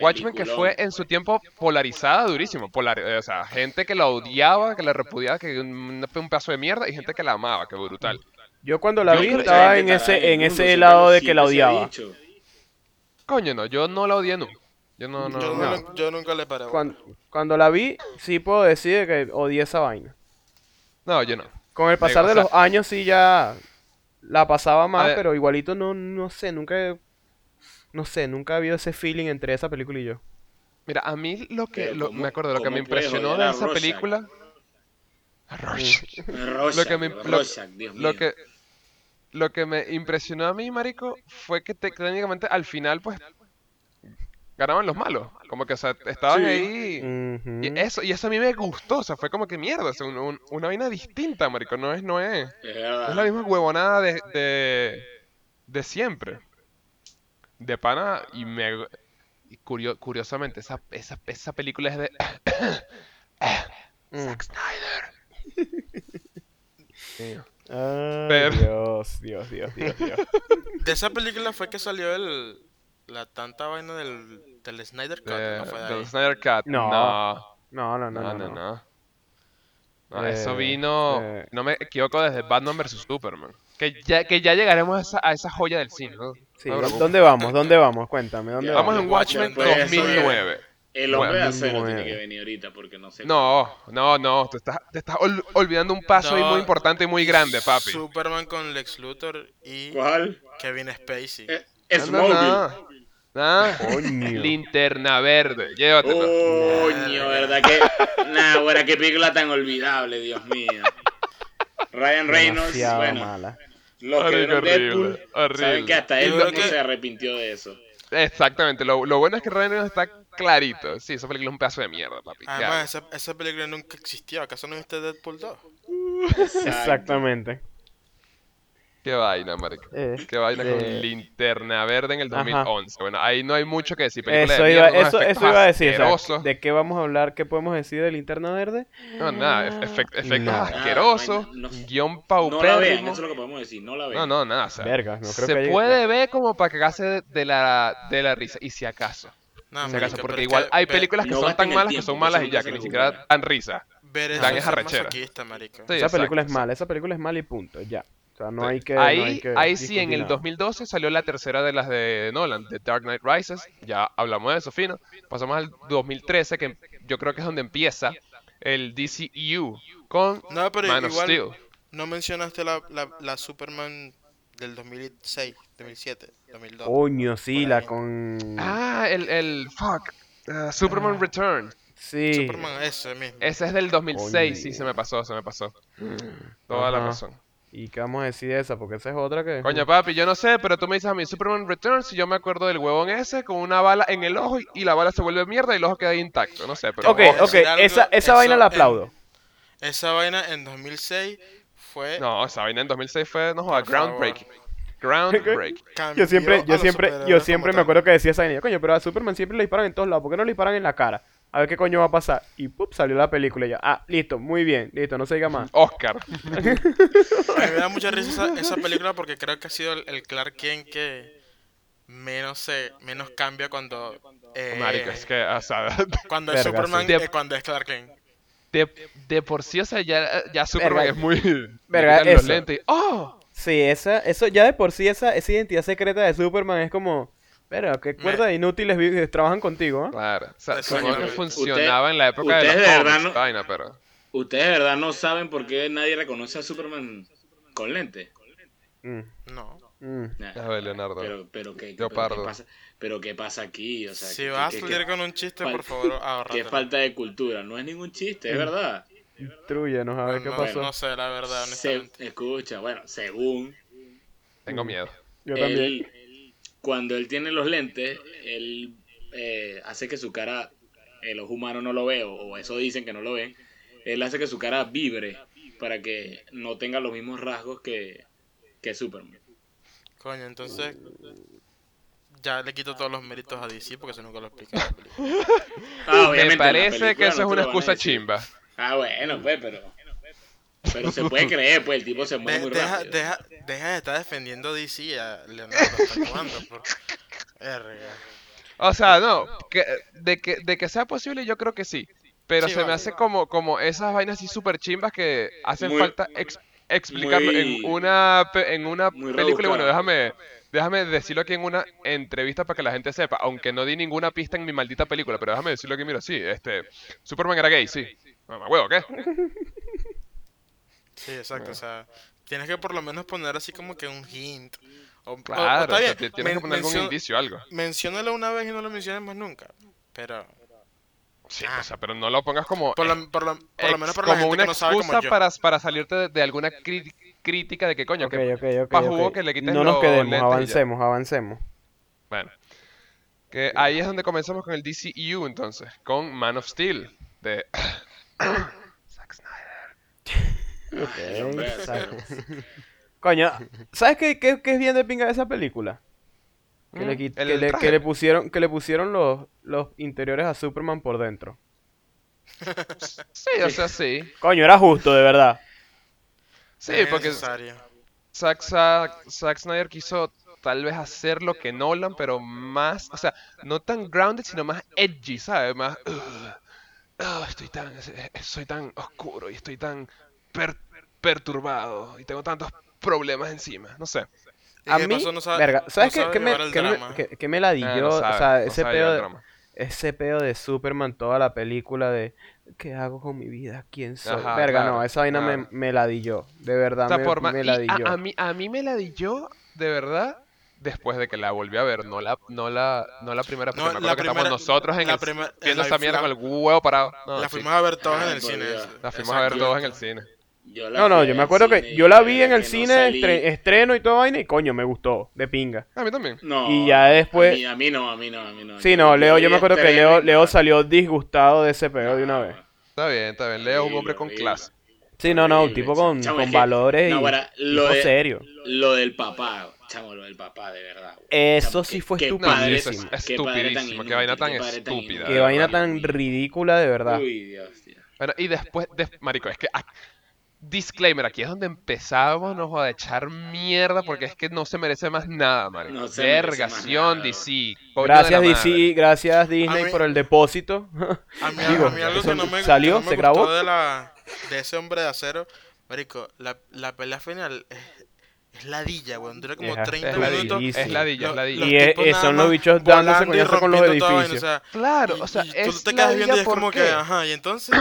Watchmen que fue en su tiempo polarizada durísimo, polar, eh, o sea, gente que la odiaba, que la repudiaba, que un, un pedazo de mierda y gente que la amaba, que brutal.
Yo cuando la
Yo
vi
creo que
estaba
Esa
en
gente está
ese,
en
en
el mundo,
ese
siempre
lado
lo-
de que la
siempre se ha
odiaba.
dicho.
Coño, no, yo no la odié nunca. Yo no, no,
yo,
no.
no le- yo nunca le paré.
Cuando, cuando la vi, sí puedo decir que odié esa vaina.
No, yo no.
Con el pasar
Digo,
de
o sea-
los años sí ya la pasaba más,
ver.
pero igualito no, no sé, nunca... No sé, nunca ha habido ese feeling entre esa película y yo.
Mira, a mí lo que
Pero
lo-
¿cómo-
me acuerdo, lo que
cómo
me
puedes
impresionó
odiar
de
a
esa
Rorschach?
película A Rorschach.
Rorschach,
lo que me, lo,
Rorschach, Dios
lo
mío.
que lo que me impresionó a mí, marico, fue que te- técnicamente al final pues ganaban los malos, como que o sea, estaban
Sí.
ahí
Ujú.
y eso y eso a mí me gustó, o sea, fue como que mierda, o sea, un- un- una vaina distinta, marico, no es no es,
Es
no
verdad.
es la misma huevonada de de, de siempre. De pana y me y curio- curiosamente esa, esa esa película es de
Mm.
Zack Snyder.
*laughs*
Mío.
Ay,
Pero-
Dios, Dios, Dios, Dios, Dios.
De esa película fue que salió el la tanta vaina del, del Snyder Cut,
de-
no fue de
del
ahí.
Snyder Cut.
No.
No,
No, no, no,
no, no,
no.
no. No, eso
Eh,
vino,
eh.
no me equivoco, desde Batman vs Superman. Que ya, que ya llegaremos a esa, a esa joya del cine, ¿no?
Sí,
No, bravo.
¿Dónde vamos? ¿Dónde vamos? Cuéntame, ¿dónde
Ya,
Vamos
vamos?
en Watchmen
Después de eso,
2009.
El hombre de
Bueno,
acero tiene
nueve.
que venir ahorita porque no sé.
No, no, no, te estás, te estás ol- olvidando un paso ahí muy
No,
importante y muy grande, papi.
Superman con Lex Luthor y
¿Cuál?
Kevin Spacey.
Eh,
No, no, no.
Smallville.
Nah.
Coño.
Linterna verde,
Oh.
llévatelo.
Coño, ¿verdad que? Nah, ahora qué película tan olvidable, Dios mío. Ryan Reynolds,
Demasiado
bueno,
mala.
los que vieron
Horrible,
Deadpool
horrible.
saben que hasta
Yo
él
creo
mismo
que-
se arrepintió de eso.
Exactamente, lo, lo bueno es que Ryan Reynolds está clarito. Sí, esa película es un pedazo de mierda, papi. ya.
Además, esa, esa película nunca existió. ¿Acaso no viste Deadpool 2?
Exactamente.
Qué vaina, marico.
Eh,
Qué vaina
eh,
con linterna verde en el
Ajá.
2011. Bueno, ahí no hay mucho que decir. Película
Eso
de Este
iba,
mierda, unos
eso,
efectos
eso iba a decir. o sea,
asquerosos.
¿De qué vamos a hablar? ¿Qué podemos decir de Linterna Verde?
No, nada, efe- efect- efectos
Nada.
asquerosos,
Nada, Ah, no- No
guión
la vean, eso
paupérrimo.
es lo que podemos decir, no la vean.
No, no, nada. o sea,
Verga, no creo
se
que haya-
puede ver como para cagarse de, de la, de la risa, y si acaso.
Ah,
No,
Si acaso,
marico, pero
porque
es
igual
que
hay
ve-
películas que
no
son
gasten
tan
el
malas que
tiempo,
son
que
malas
eso
y ya,
nunca
que
se
ni
les
siquiera
ocurre.
dan risa.
Ver
Dan
eso es
es
ser
arrechera.
masoquista, marico.
Sí,
esa película
exacto,
es mala, esa película es mala y punto, ya. O sea, no
Sí.
hay que. no
ahí
hay que
ahí sí, en
discutir
el
nada.
2012 salió la tercera de las de Nolan, The Dark Knight Rises. Ya hablamos de eso, fino. Pasamos al 2013, que yo creo que es donde empieza el DCU con
No, pero
Man of
igual
Steel.
no mencionaste la, la, la Superman del 2006, 2007, 2002.
Coño, sí, la
ahí.
con.
Ah, el, el fuck. uh,
Ah.
Superman Return.
sí.
Superman, ese mismo.
Ese es del 2006, sí,
Coño. Mm.
se me pasó, se me pasó. Toda la
Ajá.
razón.
¿Y qué vamos a decir de esa? Porque esa es otra que.
Coño, papi, yo no sé, pero tú me dices a mí Superman Returns y yo me acuerdo del huevón ese con una bala en el ojo y- y la bala se vuelve mierda y el ojo queda intacto. No sé, pero.
ok,
Vamos a
ok,
decir algo,
esa, esa
eso
vaina la
en-
eh,
aplaudo.
Esa vaina en 2006
Eh,
fue...
No, esa vaina en 2006 fue, no joda,
Por favor.
groundbreaking.
*laughs*
Groundbreaking.
cambió
Yo siempre,
a
yo
los
siempre, yo
superhéroes
siempre me
como tal.
acuerdo que decía esa niña, coño, pero a Superman siempre le disparan en todos lados, ¿por qué no le disparan en la cara? A ver qué coño va a pasar. Y pup, salió la película y ya. Ah, listo, muy bien, listo, no se diga más.
Oscar.
A mí me da mucha risa esa, esa película porque creo que ha sido el, el Clark Kent que menos se menos cambia cuando eh,
Marico, es que, o sea,
cuando es
Verga,
Superman
sí.
que cuando es Clark Kent.
de, de por sí, o sea, ya, ya Superman
Verga.
es muy. le
Verga,
quitan los
eso.
lentes y, ¡Oh!
Sí, esa, eso ya de por sí, esa, esa identidad secreta de Superman es como. Pero, ¿qué cuerda de inútiles vi- trabajan contigo? ah?"
Claro. O sea,
Exacto.
supongo que
Usted-
funcionaba en la época de
ustedes
los
de
cómics,
verdad no-
vaina, pero.
Ustedes de verdad no saben por qué nadie reconoce a Superman con lente.
Mm,
No.
mm.
Nah,
A ver, Leonardo.
Pero, pero, ¿qué, pero, ¿qué
Leopardo.
pasa, pero ¿qué pasa aquí? O sea,
si
¿qué-
vas
qué-
a
qué-
salir con un chiste,
fal-
por favor, ahorrate.
qué falta de cultura. No es ningún chiste, es
Mm.
verdad.
Intrúyenos a ver qué
no,
pasó.
no sé, la verdad,
Se,
honestamente.
escucha, bueno, según mm,
Tengo miedo.
Yo también.
él, cuando él tiene los lentes, él eh, hace que su cara, eh, los humanos no lo veo, o eso dicen que no lo ven, él hace que su cara vibre para que no tenga los mismos rasgos que, que Superman.
Coño, entonces. Ya le quito todos los méritos a DC porque eso nunca lo explica. la película.
Ah, obviamente, en
Me
la
parece que
película
eso
no te
es una
lo van a
excusa
decir.
chimba.
Ah, bueno, pues, pero... Pero se puede creer, pues, el tipo se mueve
De-
muy
deja,
rápido.
deja, deja de estar defendiendo DC a Leonardo. ¿Hasta cuándo? Por... Verga.
O sea, no, que- de, que, de que sea posible yo creo que sí, pero
Sí,
se me
vale.
hace como, como esas vainas así súper chimbas que hacen
Muy-
falta ex- explicarlo
muy-
en una, pe- en una
muy
película. Y Bueno,
rebuscado.
déjame, déjame decirlo aquí en una entrevista para que la gente sepa, aunque no di ninguna pista en mi maldita película, pero déjame decirlo aquí, mira, sí, este, Superman era gay, sí. Mamá huevo,
*laughs*
¿qué?
Sí, exacto. O sea, tienes que por lo menos poner así como que un hint. O, o- o
Claro,
está
o sea,
bien,
te- tienes que
men-
poner algún
mencio-
indicio, algo.
Menciónalo una vez y no lo menciones más nunca. Pero,
Sí, o sea, pero no lo pongas como
Ah. por lo, por lo- por lo
ex-
menos para la
como
gente
una
que no sabe Eh, como
excusa
yo.
para, para salirte de, de alguna cri- crítica de que coño,
Ok,
que
ok, ok,
pa' jugo
ok.
que le quites
no nos
los
quedemos,
lentes y ya.
avancemos, avancemos.
Bueno, que ahí es donde comenzamos con el DCU entonces, con Man of Steel de Zack Snyder.
Ay, hombre,
Ok,
pero-
Coño, ¿sabes qué, qué- qué es bien de pinga de esa película? Que, le,
Mm,
quit-
el
que le- que
traje.
le pusieron, que le pusieron los, los interiores a Superman por dentro.
Sí, o sea, sí.
Coño, era justo, de verdad.
Sí,
Es
porque
necesario.
Zack, Zack- Zack Snyder quiso tal vez hacer lo que Nolan, pero más, o sea, no tan grounded, sino más edgy, ¿sabes? Más, "Ugh, ah, estoy tan, eh, soy tan oscuro y estoy tan per- perturbado y tengo tantos problemas encima, no sé.
¿Y
A
qué
mí,
pasó? No sabe-
verga, ¿sabes
no
qué,
sabe
qué me,
llevar el
qué me-
drama.
qué- qué me la
Ah, no
dio? o
sabe,
sea,
no
ese pedo
sabe llevar
de-
drama.
ese pedo de Superman toda la película de ¿qué hago con mi vida? ¿Quién soy?
Ajá,
Verga,
claro,
no, esa vaina me,
claro.
me la di yo. De verdad,
O sea,
me,
por ma-
me
y
la di yo.
a, a mí, a mí me la di yo, de verdad, después de que la volví a ver, no la, no la, no la primera, porque
No,
me
la
acuerdo que estábamos
primera-
nosotros en
la
el cine
primer-
viendo
la-
esa mierda
la-
con el huevo parado. No,
La
sí,
fuimos a ver todos en
Ay,
el
por
cine.
Dios.
eso.
la fuimos a ver
Exacto.
todos en el cine.
Yo la
No, no,
fui
yo
al
me acuerdo
cine
que
y
yo la
de
vi en
verdad
el
que no
cine, este
salí.
estre- estreno y toda vaina, y coño, me gustó, de pinga.
A mí también.
No,
Y ya después-
A mí, a mí no, a mí no, a mí no.
Sí, no, Leo, yo me acuerdo que Leo, Leo
salió
salió disgustado de ese pedo de una vez.
Está bien, está bien. Leo es un
Horrible,
hombre con
horrible.
clase.
Sí, no, no, un
horrible,
tipo con,
chamo,
con
es que-
valores
no,
y
ahora, lo
tipo
de-
serio.
Lo del papá, chamo, lo del papá, de verdad. güey.
Eso
Chamo,
sí
qué-
fue
qué
No,
estupidísimo.
padre-
eso es
Padrísimo.
estupidísimo. Qué vaina tan estúpida.
Qué
de
vaina
verdad.
tan ridícula, de verdad.
Uy, Dios, tío.
Bueno, y después, des- marico, es que... ah, disclaimer, aquí es donde empezábamos nos a echar mierda porque es que no se merece más nada, marico.
No se merece más
Vergación,
nada.
DC. coño de la
Gracias DC,
madre.
gracias Disney
A mí-
por el depósito.
A mí,
Digo,
a mí algo
eso
que no me,
salió,
que no me
se grabó.
gustó de, la, de ese hombre de acero, Marico, la, la pelea final es, es ladilla, weón. Dura como
Es hasta
30
Es ladilla,
minutos.
es
Durísimo.
ladilla,
Este
es
Lo-
ladilla.
los
Y es-
tipos
es-
nada
son los
más
bichos dándose
volando y
coñazos con los
rompiendo toda vaina,
edificios.
o sea,
Claro,
y-
o sea,
y
es
tú te quedas viendo y
ladilla
es como
¿por
que,
qué?
ajá, y entonces.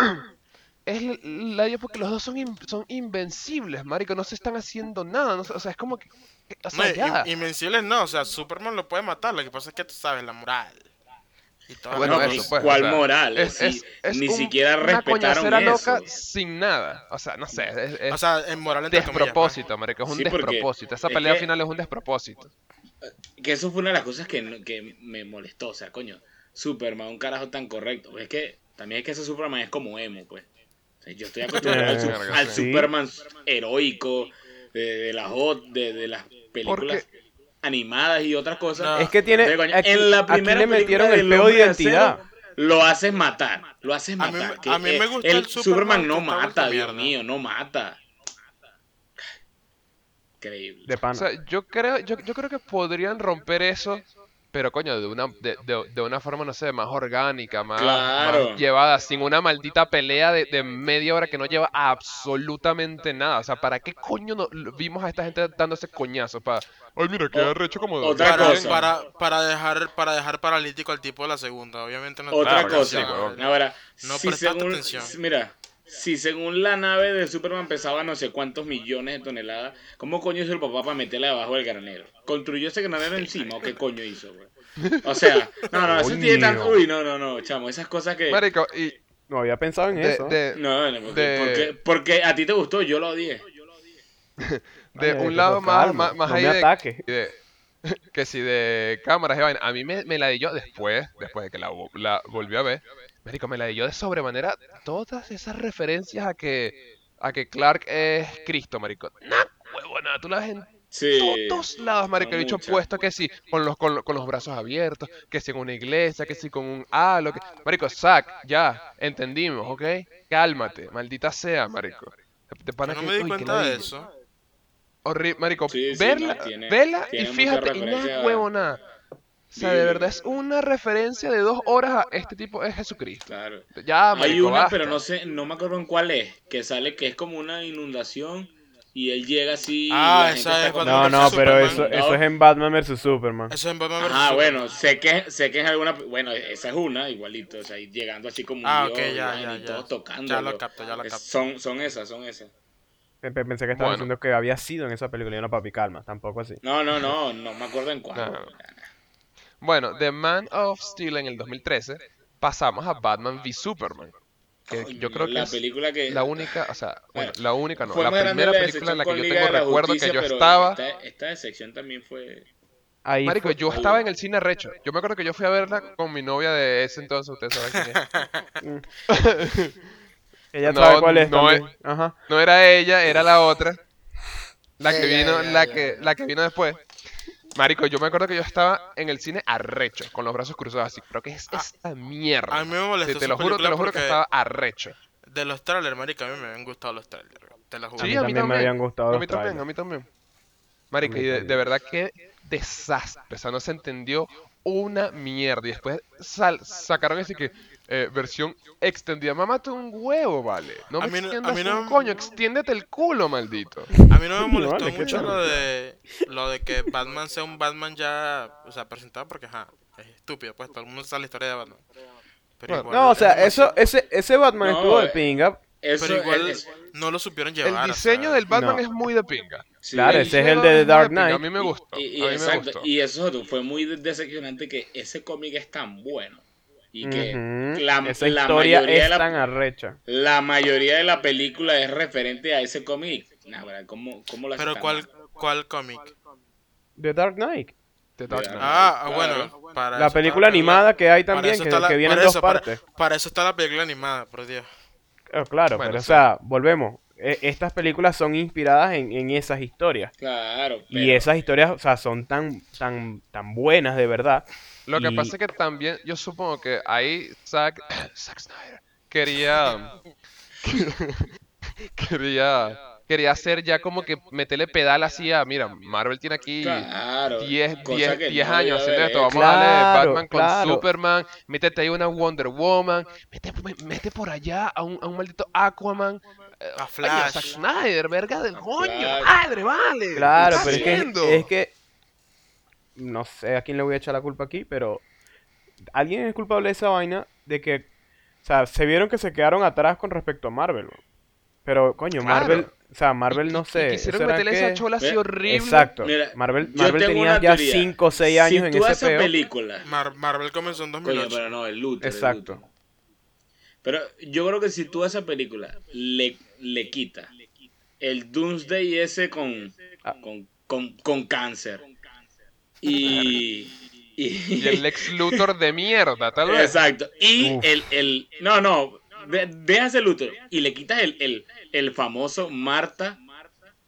Es l- la idea porque los dos son, in- son invencibles, marico, no se están haciendo nada, no sé, o sea, es como que, que- o
No,
sea,
y-
ya.
y- invencibles no, o sea, Superman lo puede matar, lo que pasa es que tú sabes, la moral. Y todo
Bueno,
no,
eso,
pues,
pues, o
¿cuál
sea,
moral?
es,
Sí,
es- es
ni
un-
siquiera
una
respetaron
coñacera
eso.
loca sin nada, o sea, no sé, es, es
O sea, en moral entre comillas,
despropósito, marico, es un
Sí, porque
despropósito, esa
es
pelea
que-
final es un despropósito.
Que eso fue una de las cosas que, no- que me molestó. O sea, coño, Superman, un carajo tan correcto. Pues es que también es que ese Superman es como emo, pues. O sea, yo estoy
Eh,
acostumbrado al, su-
Verga,
al
sí.
Superman heroico, de, de las hot- de, de las películas animadas y otras cosas.
No.
Es que tiene.
Pero, Ah, coño,
aquí,
en la
aquí
primera
le metieron
película
el
del
peo de
Hombre de
identidad.
Acero, lo haces matar, lo haces
A mí-
matar. que,
a mí
eh,
me gusta el Superman
Superman no
que está
mata,
vuelto mierda.
Dios mío, no mata. Increíble.
De
O
pana.
Ah, sea, yo creo, yo, yo creo que podrían romper eso Pero coño, de una, de, de- de una forma, no sé, más orgánica, más,
Claro.
más llevada, sin una maldita pelea de, de media hora que no lleva a absolutamente nada. O sea, ¿para qué coño no- vimos a esta gente dándose coñazos? Para... Ay, mira, qué
O-
arrecho como...
otra
Está
Para,
bien.
cosa.
para, para dejar para dejar paralítico al tipo de la segunda, obviamente no
Otra
Claro,
cosa,
sí, huevón.
ahora,
No
si
prestaste
según,
atención.
si- mira, si según la nave de Superman pesaba no sé cuántos millones de toneladas, ¿cómo coño hizo el papá para meterla debajo del granero? ¿Construyó ese granero encima o qué coño hizo, güey? O sea, no, no, eso tiene tanto...
Coño.
Uy, no, no, no, chamo, esas cosas que...
Marico, y...
No había pensado en
De,
eso.
de-
No, no, porque,
De-
porque, porque a ti te gustó, yo lo odié.
de
Vale,
un
pero
lado más,
calma,
más, más
no
ahí
me
de-
ataque.
de- *laughs* que si de cámaras y vaina. A mí me, me la di yo después, después de que la, vo- la volví a ver. Marico, me la di yo de sobremanera todas esas referencias a que a que Clark es Cristo, marico. Nah, huevona, tú la ves en
Sí.
todos lados, marico.
son
El bicho
muchas.
puesto que sí, con los, con, los- con los brazos abiertos, que si en una iglesia, que si con un halo. Que... Marico, Zack, ya, entendimos, ¿ok? Cálmate, maldita sea, marico. De pana
Yo no
que-
me di
uy, que
cuenta de
ladilla.
eso.
Horrible, marico,
Sí, sí,
verla,
no, tiene-
vela
tiene
y
mucha
fíjate, y no
referencia
es
a-
huevonada. O sea, de
Bíblica.
verdad es una referencia de dos horas a este tipo es Jesucristo.
Claro.
Ya, Ah, marico,
Hay una,
basta.
pero no sé, no me acuerdo en cuál es, que sale que es como una inundación y él llega así. y
Ah,
la gente
esa
está
es
con-
cuando
No,
versus
no, pero
Superman,
eso,
¿no?
eso es en Batman vs Superman.
Eso es en Batman versus
Ah,
Superman.
bueno, sé que, sé que es alguna. Bueno, esa es una, igualito, o sea, y llegando así como un
Ah,
dios
ok,
y,
ya,
vaina,
ya,
y
ya.
todos tocando.
Ya lo capto, ya lo capto.
Son, son esas, son esas.
Pe- pe- Pensé que estabas
Bueno.
diciendo que había sido en esa película. Y no, papi, calma, tampoco así.
No, no, no, no me acuerdo en cuál.
No, no. Bueno, The Man of Steel en el 2013 pasamos a Batman v Superman. Que
Coño,
yo creo que
la
es
película que
la única, o sea,
Bueno,
bueno, la única no,
fue
la
más grande
primera
decepción
película en la que
con
yo
Liga
tengo
de la
recuerdo
Justicia,
que yo
pero
estaba.
Esta, esta decepción también fue.
Ahí
Marico,
fue-
yo estaba en el cine recho. Yo me acuerdo que yo fui a verla con mi novia de ese entonces, ustedes saben
*laughs*
quién es.
ella
no,
sabe cuál es
no
también. Ajá.
No era ella, era la otra. La que
Ella,
vino,
ella,
la
ella.
que, la que vino después. Marico, yo me acuerdo que yo estaba en el cine arrecho, con los brazos cruzados así. Pero que es esta mierda.
Ah, A mí me molestó
Sí, te
esa
lo juro, te
película
lo juro que
porque
estaba arrecho.
De los trailers, marica, a mí me habían gustado los trailers. Te la juro.
Sí,
mí
a
también
mí
me
también.
habían gustado
A
los
mí también,
trailers.
a mí también. Marico,
A mí
y de, de
también.
verdad que desastre. O sea, no se entendió una mierda. Y después sal- sacaron así que eh, versión extendida. Mamá, tú un huevo, vale. No
A
me
mí no- a
extiendas
mí
un
no-
coño, extiéndete el culo, maldito.
A mí no me molestó
vale, ¿qué
mucho
tal?
lo de, lo de que Batman sea un Batman ya, o sea, presentado porque, ajá, es estúpido, pues todo el mundo sabe la historia de Batman. Pero
Bueno,
igual,
No, o sea,
es
eso, ese, ese Batman
No,
estuvo de
eh,
pinga.
Eso
Pero igual
es-
no lo supieron llevar.
El
o
diseño
sea,
del Batman
No.
es muy de pinga.
sí,
Claro,
el-
ese es el
Diseño
de
es muy
Dark
pinga, A
Knight.
mí me gustó.
Y, y-
a mí me
exacto,
gustó.
y eso es otro, fue muy decepcionante que ese cómic es tan bueno y que
Ujú.
la,
Esa
la
historia
mayoría de
es
la,
tan arrecha.
la mayoría de la película es referente a ese cómic. Nah, ¿verdad? ¿cómo, cómo la
Pero
sacan?
¿cuál, cuál cómic?
The Dark Knight.
The Dark Knight.
Ah, ah,
Claro.
bueno, para
La
eso está
película animada que hay también,
eso
que,
está la-
que viene en
para
dos
eso, para-
partes.
Para eso está la película animada, por Dios.
Ah, claro,
Bueno,
pero o
sí.
sea, volvemos. E- estas películas son inspiradas en, en esas historias.
Claro,
Y
pero-
esas historias, o sea, son tan, tan, tan buenas de verdad.
Lo que
y-
pasa es que también, yo supongo que ahí Zack, *laughs* Zack Snyder quería, *laughs* quería, quería hacer ya como que meterle pedal así a, mira, Marvel tiene aquí
claro,
10,
cosa
10,
que
10
no
años
debió
haciendo
haber
esto.
hecho.
Vamos a darle
Claro,
Batman con
claro.
Superman. Métete ahí una Wonder Woman. Mete, mete por allá a un, a un maldito Aquaman. eh,
A
oye,
Flash.
Zack Snyder, verga del
A
coño.
Flash.
Madre, vale.
Claro,
¿qué
pero es
estás haciendo?
que, es que. No sé a quién le voy a echar la culpa aquí, pero. Alguien es culpable de esa vaina de que. O sea, se vieron que se quedaron atrás con respecto a Marvel. weón. Pero, coño,
Claro.
Marvel. O sea, Marvel
Y-
no
y- y
sé.
quisieron
¿será
meterle esa
que-
chola así
Ve-
horrible.
Exacto.
Mira,
Marvel,
yo
Marvel
tengo
tenía
una
ya
teoría.
5 o 6 años
si
en
tú
ese
haces
peo.
película,
Mar- Marvel comenzó en
coño,
2008.
pero no, el Luther, el
Exacto.
Luther. Pero yo creo que si tú a esa película le, le quita el Doomsday ese con,
Ah.
con, con, con cáncer y,
Y el Lex Luthor de mierda, tal vez.
Exacto. Y
Uf.
el, el. No, no. de- Dejas el útero y le quitas el, el, el famoso Marta.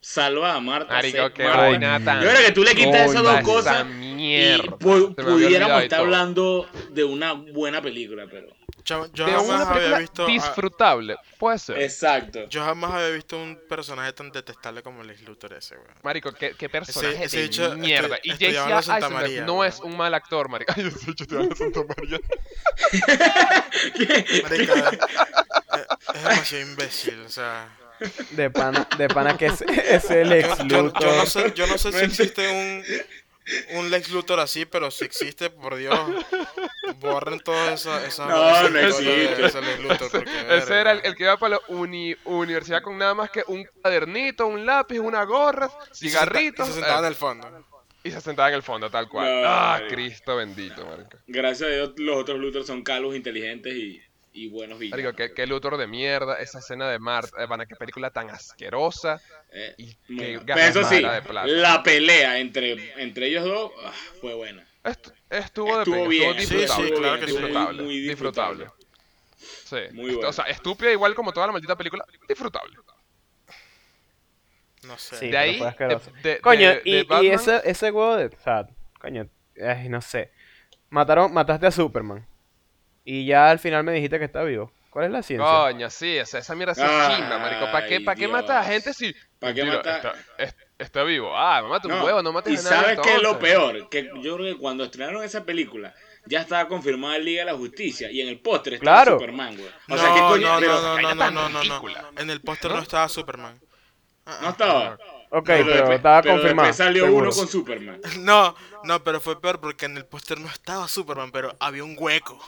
Salva a Marta.
Marico,
sé,
qué
Marta.
vaina
Yo
tan.
creo que tú le quitas esas dos
Esa
cosas
mierda.
Y pu-
Se me había olvidado
pudiéramos
y
estar
todo.
hablando de una buena película, pero.
Chamo, yo
de
jamás
una
había
película
visto a-
disfrutable. Puede ser.
Exacto.
Yo jamás había visto un personaje tan detestable como Lex Luthor ese, weón.
Marico, qué, qué personaje
ese
de
bicho estu-
mierda. y
estudiaba en
J.C.
la Santa
Eisenberg
María,
no
weón.
es un mal actor, marico. Ay, ese bicho estudiaba en la Santa
*laughs*
María.
Marica, eh, eh, es demasiado imbécil, o sea.
De pana, de pana
*laughs*
que es, es el
Yo,
ex
yo- yo
Luthor.
no sé, yo no sé si existe un, un Lex Luthor así, pero si existe, por Dios, borren todas esas esa,
No,
esas
no
cosas
existe.
de ese Lex Luthor. Porque,
Ese era el,
verga.
el que iba para la uni- universidad con nada más que un cuadernito, un lápiz, una gorra,
Y se senta-
cigarritos.
Y se sentaba en
eh,
el fondo.
Y se sentaba en el fondo, tal cual.
No,
ah,
marico.
Cristo bendito, marico.
Gracias a Dios, los otros Luthor son calvos, inteligentes y, y buenos villanos.
Marico, qué, qué Luthor de mierda. Esa escena de Marta. Eh, pana, qué película tan asquerosa.
Eh,
Y qué
bueno, pero
ganas
eso sí, eh,
mala de plata.
la pelea entre, entre ellos dos ah, fue buena.
Est- estuvo de
Estuvo
pinga,
bien,
estuvo disfrutable.
sí, sí, claro que sí.
disfrutable,
Muy disfrutable.
disfrutable. Sí.
Muy
est-
bueno.
O sea, estúpida igual como toda la maldita película, disfrutable.
No sé.
Sí,
de
pero
ahí,
fue
de-
asqueroso.
de-
Coño,
de-
y,
de
y
Batman-
ese, ese huevo de. O sea, coño, ay, no sé. Mataron, mataste a Superman. Y ya al final me dijiste que está vivo. ¿Cuál es la ciencia?
Coño, sí, o sea, esa mierda sí es
Ay,
chimba, marico. ¿Para qué, pa' qué mata a
Dios.
gente si
¿Pa' qué
Mentira,
mata-
Está, es- está vivo. Ah, me mata un
No,
huevo, no mates
y
a nadie.
sabes qué es lo
entonces.
peor, que yo creo que cuando estrenaron esa película ya estaba confirmada Liga de la Justicia y en el póster estaba
Claro.
Superman, güey. O
No,
sea, ¿qué
no,
coño?
no,
pero-
no, no,
Era
no,
tan
no, no,
ridícula.
En el póster no estaba Superman. *laughs*
no estaba.
ok,
Pero
pero,
después-
estaba
pero después
confirmado.
salió
seguro.
uno con Superman.
No, no, pero fue peor porque en el póster no estaba Superman, pero había un hueco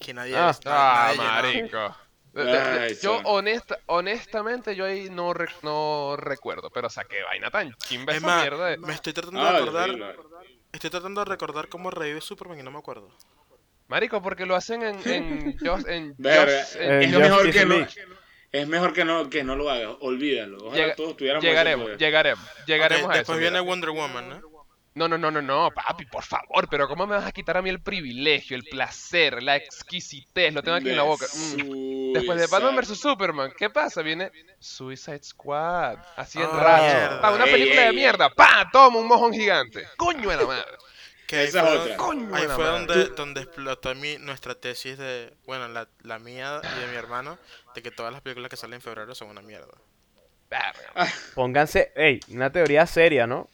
que nadie.
Ah.
nadie
Ah,
llenó.
marico. *laughs* De- de- de-
Ay,
yo
son.
honesta, honestamente yo ahí no, re- no recuerdo, pero o sea, qué vaina tan chimba
Es
esa
más,
mierda de-
me estoy tratando de
Ay,
acordar.
horrible.
Estoy tratando de recordar cómo revive Superman y no me acuerdo.
Marico, porque lo hacen
*laughs*
en en Just- en
Verga, eh,
Just- en
es
en
mejor
Justice
que no.
League.
Es mejor que no, que no lo hagas, olvídalo. Ojalá
Llega-
todos tuviéramos ese
llegaremos,
poder.
llegaremos, llegaremos
Ok,
a eso.
después viene
mira.
Wonder Woman, ¿no?
No, no, no, no, no, papi, por favor, pero ¿cómo me vas a quitar a mí el privilegio, el placer, la exquisitez? Lo tengo aquí en la boca. Mm.
Su-
Después de Batman vs
exacto.
Superman, ¿qué pasa? Viene Suicide Squad, así en
Ah,
racho.
mierda.
Pa, una
Ey,
película
ey,
de
ey.
mierda, pa, toma un mojón gigante. Coño de la madre.
Que ahí
Esa
fue,
es otra.
Coño
ahí
de la
fue
madre.
donde, donde explotó mi, nuestra tesis de, bueno, la, la mía y de mi hermano, de que todas las películas que salen en febrero son una mierda.
Verga.
Pónganse, ey, una teoría seria, ¿no?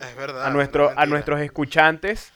Es verdad.
A,
Ah, no
nuestro,
es
a
mentira.
nuestros escuchantes.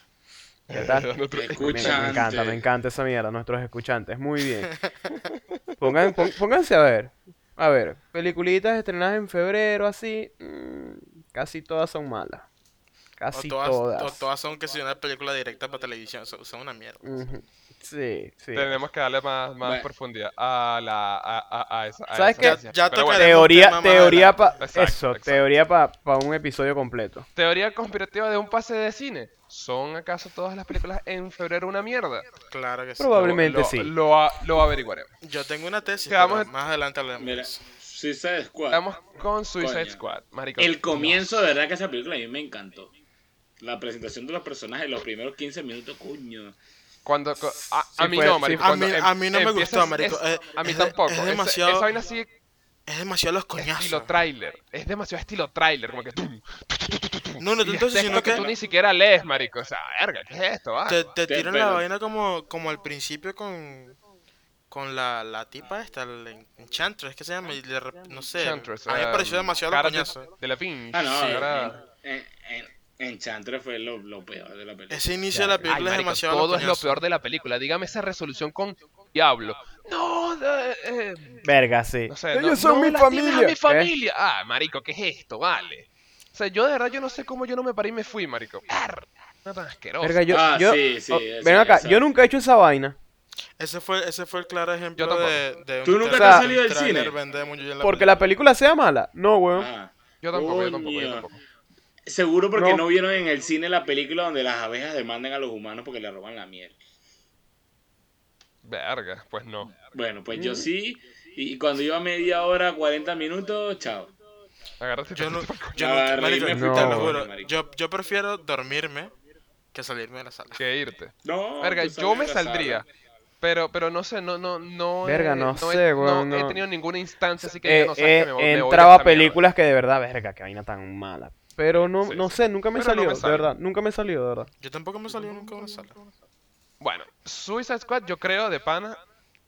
¿Qué tal? Me,
Escuchante.
me encanta, me encanta esa mierda, nuestros escuchantes. Muy bien. *laughs* Pongan, pon- pónganse a ver. A ver, peliculitas estrenadas en febrero, así. mm, casi todas son malas.
O
Casi
todas,
todas.
o todas son que si una película directa para televisión, son, son una mierda.
Ujú. Sí, sí.
Tenemos que darle más, más
Bueno.
profundidad a la a, a, a esa. a
¿Sabes
esa
qué?
ciencia.
Ya- ya
Pero
toca-
bueno,
Teoría,
Haremos un tema más
teoría
adelante.
para.
Exacto,
Eso,
exacto.
teoría para un episodio completo.
teoría conspirativa de un pase de cine. ¿Son acaso todas las películas en febrero una mierda?
Claro que sí.
Probable. Probablemente
Lo-
sí.
Lo, a- lo averiguaremos.
Yo tengo una tesis,
Te vamos
pero
a-
más adelante hablaremos de
Mira,
eso.
Suicide Squad.
Estamos con Suicide
Coño.
Squad, marico.
El comienzo, de verdad, que esa película a mí me encantó. La presentación de los personajes, los primeros 15 minutos, coño.
Cuando, cu- a, a
Sí
mí
fue-
no,
sí
marico.
fue-
cuando
A mí-
em-
a mí no me
empiezas-
gustó, marico,
es-
eh,
a mí
es de-
tampoco.
es
Esa-
demasiado-
Esa vaina así
Es demasiado los coñazos.
estilo tráiler. Es demasiado estilo tráiler, como que tum,
No, no,
y
entonces,
textos
sino
que
que
tú ni siquiera lees, marico. O sea, verga, ¿qué es esto? Ah, va?
te, te
Te
tiran la
esperan.
vaina como, como al principio con, con la, la tipa esta, el en- Enchantress, que se llama? Y de rep- no sé.
Chantress,
a mí me pareció
um,
demasiado los
cara de-
coñazos.
De la pinche.
Ah, no,
cara.
en, en, en Chantre fue lo, lo peor de la película.
Ese inicio de la película
Ay,
es
marico,
demasiado
todo
los
es lo
coñazos.
peor de la película. Dígame esa resolución con Diablo. No, de- eh,
Verga, sí.
no sé.
Ellos
no,
son
no
mi
lastimes
familia.
A mi
¿Eh?
familia. Ah, marico, ¿qué es esto? Vale. O sea, yo de verdad yo no sé cómo yo no me paré y me fui, marico. Verga, No tan asqueroso.
Verga, yo.
Ah,
yo-
sí, sí,
oh,
sí,
ven acá, yo
exacto.
nunca he hecho esa vaina.
Ese fue, ese fue el claro ejemplo
tampoco.
de, de un
¿Tú nunca
te has
tra-
salido del
trailer
cine?
vendemos yo ya la
Porque la película sea mala. No, weón.
Ah,
Yo tampoco, yo tampoco, yo
coño.
tampoco.
Seguro porque
No.
no. vieron en el cine la película donde las abejas demandan a los humanos porque le roban la miel.
Verga, pues no.
Bueno, pues
Mm.
yo sí. Y, y cuando iba a media hora, 40 minutos, chao.
Agarraste
Yo
*laughs*
no, yo nunca-
Ah, reírme
marico,
es
te
puta
lo
madre,
juro,
marico.
Yo, yo prefiero dormirme que salirme de la sala.
Que irte.
No,
Verga,
pues,
yo me
sale atrasado.
saldría. Pero, pero no sé, no, no, no.
Verga,
he-
no sé,
he,
weón,
no he
no.
tenido ninguna instancia, así que
Eh,
diga, no sabes
eh,
que me voy- me voy de
entraba
esta
a películas que de verdad, verga, que vaina tan mala. Pero no,
Sí,
no
sí.
sé, nunca me
Pero no
salió,
me
de
sale.
verdad, nunca me salió, de verdad.
Yo tampoco me salí nunca de la sala.
mierda. Bueno, Suicide Squad, yo creo, de pana,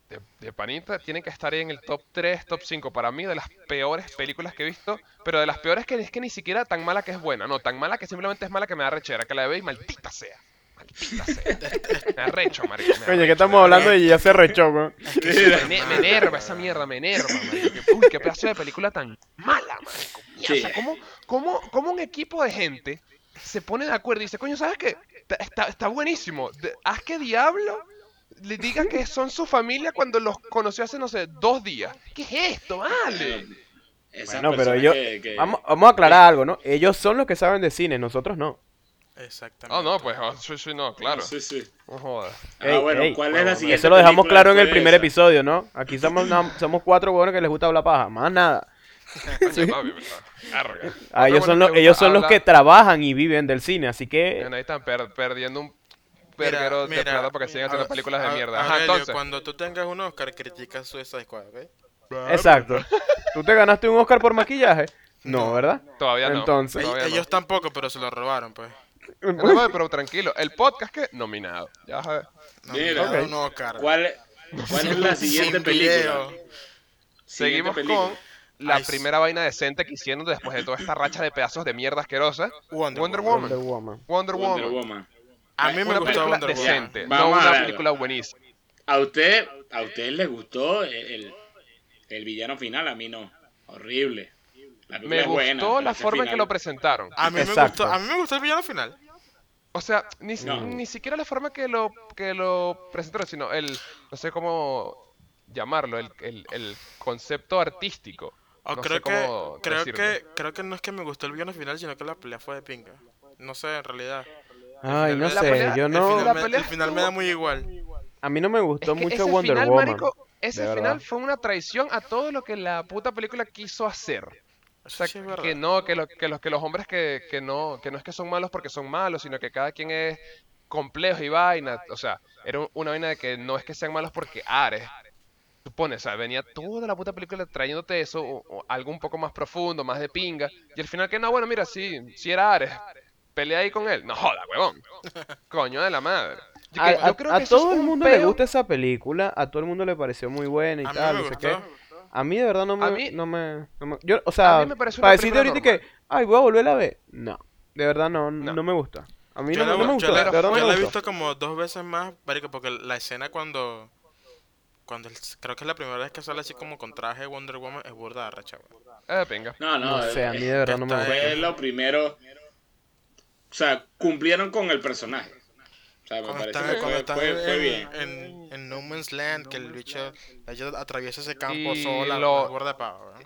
de, de panita, tiene que estar ahí en el top 3, top 5 para mí de las peores películas que he visto, pero de las peores que es que ni siquiera tan mala que es buena, no, tan mala que simplemente es mala que me da rechera, que la ve y maldita sea. Maldita sea. Me arrecho, marico. me
Coño, que
arrecho,
estamos
me
hablando y ya se rechó, *laughs* weón.
*laughs*
arrecho. Me, me enerva esa mierda, me enerva, marico. Que, Uy, qué pedazo de película tan mala, marico. Mierda,
Sí.
o sea, ¿cómo, cómo, cómo un equipo de gente se pone de acuerdo y dice, coño, ¿sabes qué? Está, está- está buenísimo. De- Haz que Diablo le diga que son su familia cuando los conoció hace, no sé, dos días. ¿Qué es esto, vale?
Esas
Bueno, pero
personas
yo.
que- que-
Vamos, vamos a aclarar algo, ¿no? Ellos son los que saben de cine, nosotros no.
Exactamente.
Oh, no, pues, oh, sí, sí, no, claro.
Sí, sí.
No jodas.
Ah,
Ey,
bueno,
ey,
¿cuál es
bueno,
la
bueno.
siguiente?
Eso lo dejamos
película
claro en el
después de
primer
esa?
episodio, ¿no? Aquí somos, na- somos cuatro huevones que les gusta hablar paja, más nada.
Coño, papi, ¿verdad? Arga.
Ah, ellos
Otra
son,
buena
los, ellos son los
pregunta,
que trabajan y viven del cine, así que...
Bueno, ahí están per- perdiendo un verguero de
mira,
plata porque siguen haciendo
Ahora-
películas de
a-
mierda. Ajá,
Aurelio,
entonces.
cuando tú tengas un Oscar, criticas Suicide Squad, ¿ok?
Exacto. *laughs* ¿Tú te ganaste un Oscar por maquillaje? No, ¿verdad?
Todavía no.
Entonces.
Todavía
Ell-
no.
Ellos tampoco, pero se lo robaron, pues.
Pero, bueno, pero tranquilo, el podcast que nominado. Ya vas a ver.
No,
Mira.
no,
Ok.
no, Oscar.
¿Cuál, cuál
*laughs*
es la
Sin
siguiente
video.
película? Siguiente
Seguimos
película.
con la
Ay, sí.
primera vaina decente que hicieron después de toda esta racha de pedazos de mierda asquerosa.
Wonder
Wonder
Woman.
Woman.
Wonder Woman.
Wonder
Wonder
Woman.
Woman.
A mí me
Una
gustó
película
Wonder Woman.
decente, no
Vamos a
una
verla.
película buenísima.
¿A usted, a usted les gustó el, el- el villano final? A mí no. Horrible. La película
Me
es buena,
gustó
pero
la
ese
forma en que
final-
lo presentaron.
A mí, me
Exacto.
gustó, a mí me gustó el villano final.
O sea, ni, si-
No.
ni siquiera la forma que lo, que lo presentaron, sino el, no sé cómo llamarlo, el, el, el concepto artístico.
O
No sé
creo
cómo
que, creo que,
decirlo.
creo que no es que me gustó el villano final, sino que la pelea fue de pinga. No sé, en realidad.
Ay, no
La
sé,
pelea-
yo
El
no...
final,
La
me,
pelea
el final me
estuvo-
da muy igual.
A mí no me
Es
gustó
que
mucho
ese
Wonder
final,
Woman.
marico, ese
de
final
verdad.
fue una traición a todo lo que la puta película quiso hacer. O
Eso
sea,
sí es verdad.
que no, que, lo- que los, que los hombres que, que no, que no es que son malos porque son malos, sino que cada quien es complejo y vaina. O sea, era un- una vaina de que no es que sean malos porque Ares. Supone, o sea, venía toda la puta película trayéndote eso, o, o algo un poco más profundo, más de pinga. Y al final que no, bueno, mira, sí, si era Ares, pelea ahí con él. No joda, huevón.
*laughs*
Coño de la madre. Yo
A,
que- yo
a-
creo
a
que eso es
todo el
un
mundo le
peo.
gusta esa película, a todo el mundo le pareció muy buena y
A mí
tal,
me
no sé qué.
gustó.
A mí de verdad no me,
A mí-
no me, no me- yo, o sea,
mí me parece una
para decirte
película
ahorita que, ay, voy a volver a ver, no, de verdad no, no,
No.
me gusta. A mí
Yo
no,
la,
no me
yo
gustó,
la-
de verdad no
yo
me
la he
gustó.
visto como dos veces más, marico, porque la escena cuando... Cuando el- creo que es la primera vez que sale así como con traje de Wonder Woman es burda arrecha, weón.
Eh, venga.
No, no.
No sé, a mí
eh,
de verdad no me
está
gustó.
Fue lo primero. O sea, cumplieron con el personaje. O sea, me
Cuando
parece
están,
que
cuando
fue,
están
fue- fue bien.
en, en, en No Man's Land, que el bicho ella atraviesa ese campo
Y
sola,
lo-
es burda de pava, weón.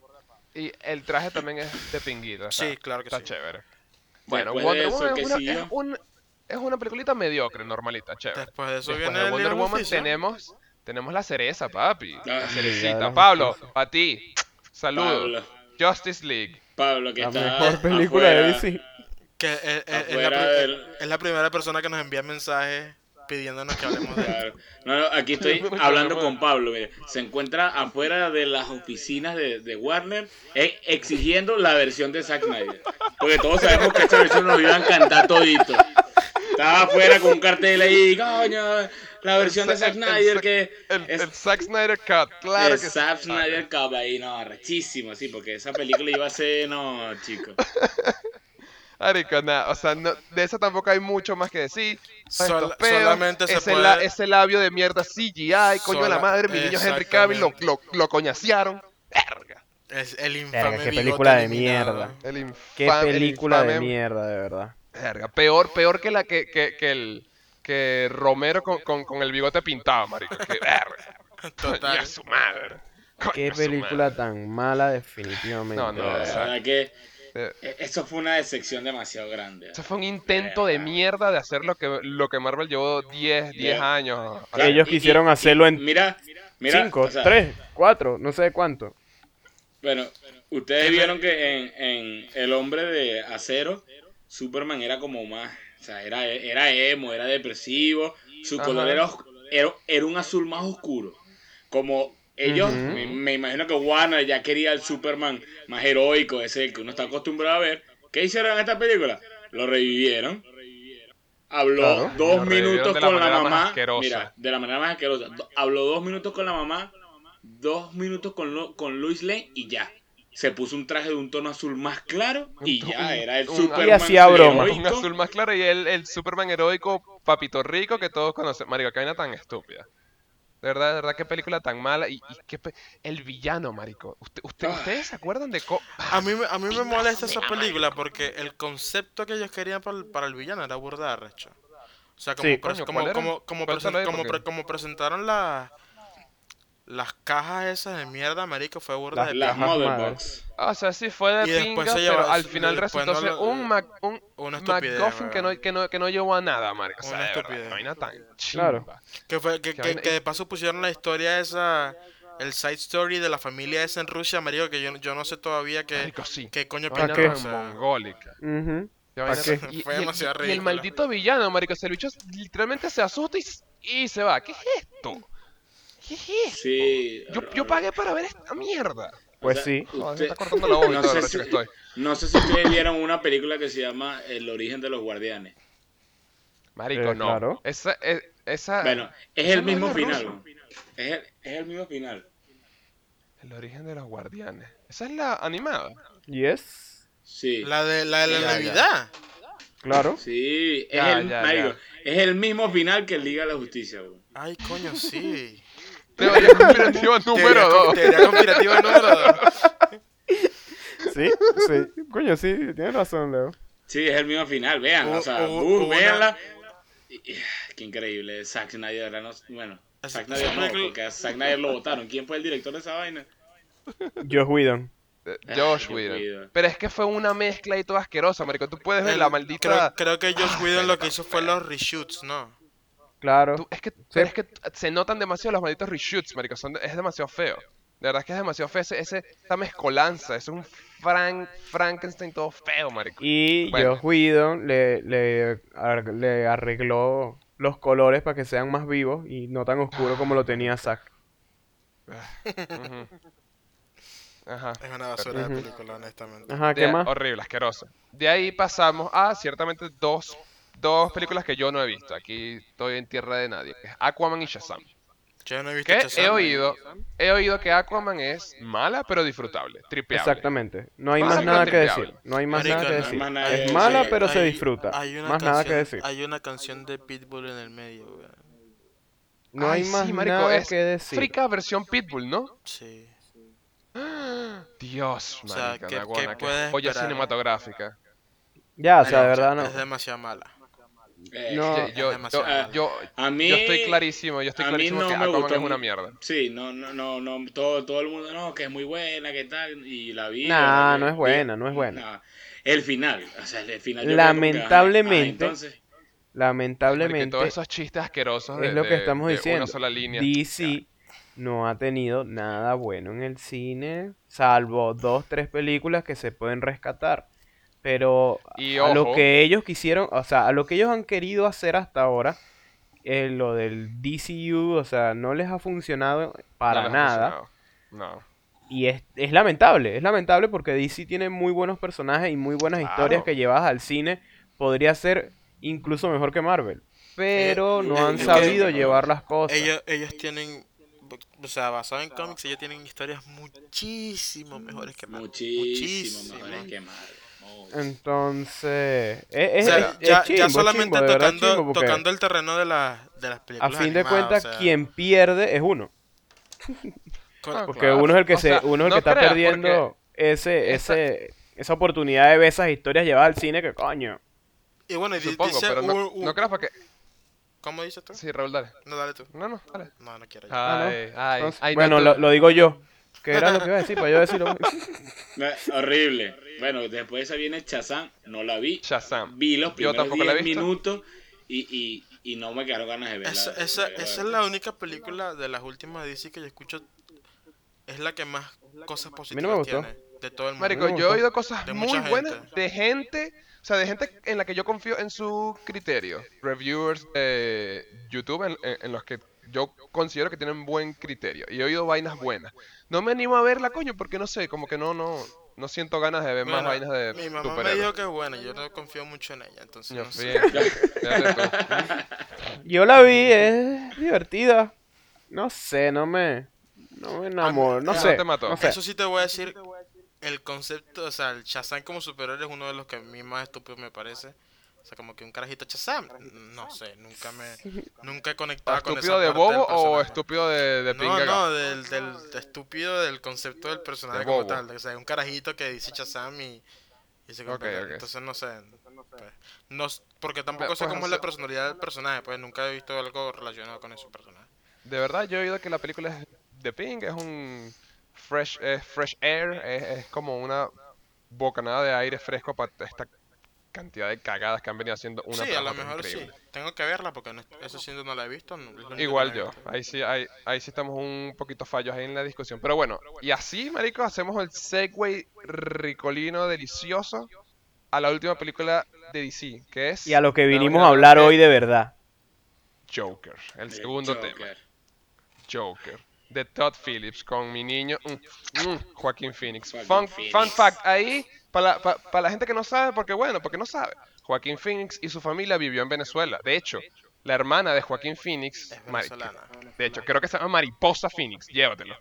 Y el traje también es de pinguito. o sea,
Sí, claro que
está
sí.
chévere. Bueno,
Después de
Wonder
eso,
Woman
¿qué
es una,
siguió?
es un- es una peliculita mediocre, normalita, chévere.
Después de eso
Después
viene
de
el
Wonder
Liga de la
Woman
Justicia.
tenemos, tenemos la cereza, papi. La
Ay,
ya,
cerecita.
la
Pablo, para ti.
Pablo,
Saludos. Justice League.
Pablo, que
La
está. *laughs*
mejor película de
afuera.
DC.
Que es, es- es la,
Afuera
pri-
del-
es la primera persona que nos envía mensajes pidiéndonos que hablemos de
*laughs*
él.
Claro. No, no, aquí
*laughs*
estoy
Mucho
hablando
mejor.
con Pablo. mire. Se encuentra afuera de las oficinas de, de Warner e- exigiendo la versión de Zack Snyder. Porque todos sabemos que esta versión nos iba a encantar todito. Estaba afuera con un cartel ahí, coño, la versión de
El Zack-
Zack
el
Snyder
Zack-
que
El,
es
el Zack Snyder Cut, claro
es
que sí.
Zack Snyder Cup ahí, no, arrechísimo, sí, porque esa película iba a ser, no, chico.
Marico, nada, o sea, no- de esa tampoco hay mucho más que decir. Estos
Sol-
peos,
solamente se
ese, la-
puede-
ese labio de mierda CGI, coño de la
Sola-
madre, mi niño Henry Cavill lo,
exactamente.
lo, lo coñasearon. Verga.
Es el
Verga,
infame
qué
bigote
película de
eliminado.
mierda.
El
Qué
infame- el em-
película de
infame-
mierda, de verdad.
Verga, peor, peor que la que, que, que el que Romero con, con, con el bigote pintado, marico. Que verga. Coño,
*laughs* Total.
a su madre. Coño,
Qué
a su
película
madre.
tan mala, definitivamente.
No, no,
de
La
verdad.
verdad que
Eh,
eh, eso fue una decepción demasiado grande.
Eso fue un intento de mierda de hacer lo que, lo que Marvel llevó 10, 10
Yeah.
años.
Claro,
haciendo.
Ellos quisieron hacerlo en
Mira, mira,
Cinco,
o sea,
tres, cuatro, no sé cuánto.
Bueno, ustedes vieron que en, en El Hombre de Acero, Superman era como más, o sea, era, era emo, era depresivo, su
Ajá.
color era, os- era, era un azul más oscuro. Como ellos,
Ujú.
me, me imagino que Warner ya quería el Superman más heroico, ese que uno está acostumbrado a ver. ¿Qué hicieron en esta película? Lo revivieron. Habló
Claro. Lo
dos
revivieron
minutos
de la
con la
manera más
mamá.
asquerosa.
Mira, de la manera más asquerosa. Do- Habló dos minutos con la mamá, dos minutos con, Lu- con Luis Lane y ya. Se puso un traje de un tono azul más claro y
Un-
ya era el
un-
Superman.
Y hacía broma.
heroico.
Un azul más claro y el, el Superman heroico, papito rico que todos conocen. Marico, qué vaina tan estúpida. De verdad, de verdad, qué película tan mala. Y, y qué pe- El villano, marico. Usted- usted-
Ah.
¿Ustedes se acuerdan de co-
A mí, me- a mí me molesta esa película porque el concepto que ellos querían para el, para el villano era burda de arrecho. O sea, como,
Sí.
pres-
Coño,
como,
¿cuál era?
como, como,
¿Cuál
presen-
sale?
como
Porque-
pre- como presentaron las las cajas esas de mierda, marico, fue burda
Las-
de
Las
pinga.
Ajá,
Mother
madre.
Box.
Ah, O sea, sí fue de
Y después
pingas,
se lleva-
pero al
se-
final
después
resultó
no
ser
lo-
un, Mac, un
Una estupidez,
MacGuffin que no,
weón.
que, no, que no llevó a nada, marico. O sea,
Una
de verdad,
estupidez.
qué vaina tan chimba.
Claro.
Que, fue, que,
Que
que-
vaina-
que de paso pusieron la historia esa, el side story de la familia esa en Rusia, marico, que yo, yo no sé todavía qué,
Marico, sí.
qué coño
¿Para
Vaina
qué?
pintaron, o
tan
sea.
mongólica.
Ujú.
Qué vaina
qué?
tan- y-
Fue
y el-
demasiado
y, el
ridícula.
maldito villano, marico, ese bicho literalmente se asusta y, s- y se va. ¿Qué es esto? ¿Qué es esto?
Sí.
Yo, yo pagué para ver esta mierda.
Pues
O sea,
sí.
Joder,
usted-
me está cortando la voz y
*laughs* no
todo
sé
el resto
si-
que estoy.
No sé si ustedes vieron una película que se llama El origen de los guardianes.
Marico,
Eh,
no.
claro.
Esa, e- esa...
Bueno, es
Eso
el
no
mismo
es de
final.
Rusia.
¿no? Es el, es el mismo final.
El origen de los guardianes. Esa es la animada.
Yes.
Sí.
La de la, de la
Ya, ya.
Navidad.
Claro.
Sí, es,
Ya,
el,
ya,
marico,
ya.
es el mismo final que Liga de la Justicia. güey.
Ay, coño, sí.
Teoría
*laughs*
conspirativa *laughs* número
Teoría con-
2.
Teoría conspirativa número 2.
Sí, sí. Coño, sí, tienes razón, Leo.
Sí, es el mismo final. Vean,
Hubo-
o sea,
hubo-
bus,
hubo una-
véanla. Y- y- Qué increíble. Zack Snyder ahora no- Bueno,
Así-
Zack
esa
Snyder no,
película-
porque a Zack Snyder lo votaron. ¿Quién fue el director de esa vaina?
Josh Whedon.
Eh,
Ah,
Josh
Josh
Whedon.
Whedon.
Pero es que fue una mezcla y todo asquerosa, marico. Tú puedes ver la
El-
maldita...
Creo, creo
Ah,
que Josh Whedon lo que hizo fue los reshoots, ¿no?
Claro.
tú- es que, pero es que t- se notan demasiado los malditos reshoots, marico. Son, de- es demasiado feo. De verdad es que es demasiado feo ese, ese- esa mezcolanza. Es un Frank, Frankenstein todo
*laughs*
feo, marico.
Y
Bueno.
Josh Whedon le, le, ar- le arregló los colores para que sean más vivos y no tan oscuros como lo tenía Zack.
Ujú. Ajá.
Es una basura de
Ujú.
película, honestamente.
Ajá, ¿qué
De-
más?
Horrible, asqueroso. De ahí pasamos a ciertamente dos, dos películas que yo no he visto. Aquí estoy en tierra de nadie. que es Aquaman y Shazam.
Yo no he visto
Que
Shazam.
he oído, he oído que Aquaman es mala pero disfrutable, tripeable.
Exactamente. No hay
Pasa
más
que
nada
es
que decir.
tripeable.
No hay más
Marico,
nada que
no hay
decir.
más nada que
Es
decir.
mala,
Sí,
pero se
hay-
disfruta.
Hay una
Más
canción,
nada que decir.
Hay una canción de Pitbull en el medio, weón.
No
Ay,
hay más
sí, marico,
nada
es
que decir.
Frica versión Pitbull, ¿no?
Sí.
Dios,
O sea,
marica,
¿qué-
la
qué
guana, qué
puedes
joya
esperar?
cinematográfica.
Ya, Ah, o sea, de
Marico,
verdad
Es
no.
demasiado mala.
Eh,
No.
Yo, yo,
demasiado
yo-
mala.
yo-
A mí.
yo estoy clarísimo, yo estoy
a mí
clarísimo
no
que
me
Aquaman
gustó
es una
mu-
mierda.
Sí, no, no, no, no, todo, todo el mundo, no, que es muy buena, que tal, y la vi.
Nah,
la-
no es buena, no es buena.
nah. El final, o sea, el final. yo
Lamentablemente,
creo como que, ah, entonces,
Marico, y
Lamentablemente,
todos esos chistes asquerosos de,
es lo que
de-
estamos
de
diciendo.
una sola línea.
DC no ha tenido nada bueno en el cine, salvo dos, tres películas que se pueden rescatar. Pero
Y
a lo
ojo.
que ellos quisieron, o sea, a lo que ellos han querido hacer hasta ahora, eh, lo del DCU, o sea, no les ha funcionado para
No les ha
nada.
funcionado. No.
Y es, es lamentable, es lamentable porque DC tiene muy buenos personajes y muy buenas
Claro.
historias que llevadas al cine. Podría ser incluso mejor que Marvel. Pero
Eh,
no han
es que-
sabido llevar las cosas.
Ellos, ellos tienen. O sea, basado en cómics, ellos tienen historias muchísimo mejores que Marvel.
muchísimo mejores
Muchísimo.
que Marvel. mucho.
Entonces, es,
O
es-
sea,
es- es
ya, ya
chimbo, es
solamente
chimbo, de verdad
tocando,
chimbo, porque
tocando el terreno de, las de las
a
películas.
fin de
animadas,
cuentas,
o sea,
quien pierde es uno.
con-
Ah,
Porque
Claro.
uno es el que
O
se,
sea,
uno es el
no
que está
creas,
perdiendo ese,
esa-
ese, esa oportunidad de ver esas historias llevadas al cine que coño.
Y bueno, y di-
Supongo,
dice.
pero no,
un- un-
no creas porque...
¿Cómo dices tú?
Sí, Raúl, dale.
No, dale tú.
No, no, dale.
No, no quiero. yo.
Ah, ¿no?
Ay, ay,
Entonces,
ay, no,
bueno,
tú-
lo, lo digo yo. Que era lo que iba a decir, para yo decirlo.
Eh, Horrible. Bueno, después esa viene Chazán, no la vi.
Shazam.
Vi los
Yo
primeros
tampoco la he
10
visto.
minutos y, y, y no me quedaron ganas de verla.
Esa,
de
esa,
verdad.
esa es la única película de las últimas de DC que yo escucho. Es la que más cosas positivas
gustó.
tiene de todo el mundo.
Marico,
me
yo he
gustó.
oído cosas
De
muy
mucha gente.
buenas de gente, o sea, de gente en la que yo confío en su criterio. Reviewers de YouTube en, en- en los que yo considero que tienen buen criterio. Y he oído vainas buenas. No me animo a verla, coño, porque no sé, como que no, no, no siento ganas de ver más
Bueno,
vainas de
Mi mamá me dijo
superhéroes.
que es buena, yo no confío mucho en ella, entonces
Ya
no
fui,
sé.
fíjate tú.
Yo la vi, es divertida. No sé, no me. No me enamoro, no
Ah, ya.
sé.
No te mató.
no sé.
Eso sí te voy a decir, el concepto, o sea, el Shazam como superhéroe es uno de los que a mí más estúpido me parece. O sea, como que un carajito Shazam, no sé, nunca me nunca he conectado con esa
¿Estúpido de
parte
bobo
del
o
personaje.
estúpido de, de
No,
pinga?
no, del, del estúpido del concepto del personaje
De
como
bobo.
tal, o sea, un carajito que dice Shazam y, y se
Ok,
convierte-
ok.
entonces no sé. pues, no s- porque tampoco sé
pues,
cómo
o
es la
sea-
personalidad del personaje, pues nunca he visto algo relacionado con ese personaje.
De verdad, yo he oído que la película es de pinga, es un fresh, es fresh air, es, es como una bocanada de aire fresco para esta cantidad de cagadas que han venido haciendo una
sí,
tras
a lo
otra, es
mejor sí.
increíble.
Tengo que verla porque no- eso sí no la he visto. no- es lo único que
Igual
no he
yo,
visto.
ahí sí, ahí, ahí sí estamos un poquito fallos ahí en la discusión. Pero bueno, y así, marico, hacemos el segue ricolino delicioso a la última película de DC, que es...
Y a lo que
nada más y
vinimos a
nada
hablar
menos que
hoy de verdad.
Joker, el segundo
Joker.
tema. Joker de Todd Phillips con mi niño mm, mm, Joaquín Phoenix.
Joaquín
Fun,
Phoenix.
fun fact ahí para la, pa- pa' la gente que no sabe, porque bueno, porque no sabe. Joaquín Phoenix y su familia vivió en Venezuela. De hecho, la hermana de Joaquín Phoenix,
Es
Mari-
venezolana.
de hecho, creo que se llama Mariposa Phoenix. Llévatelo.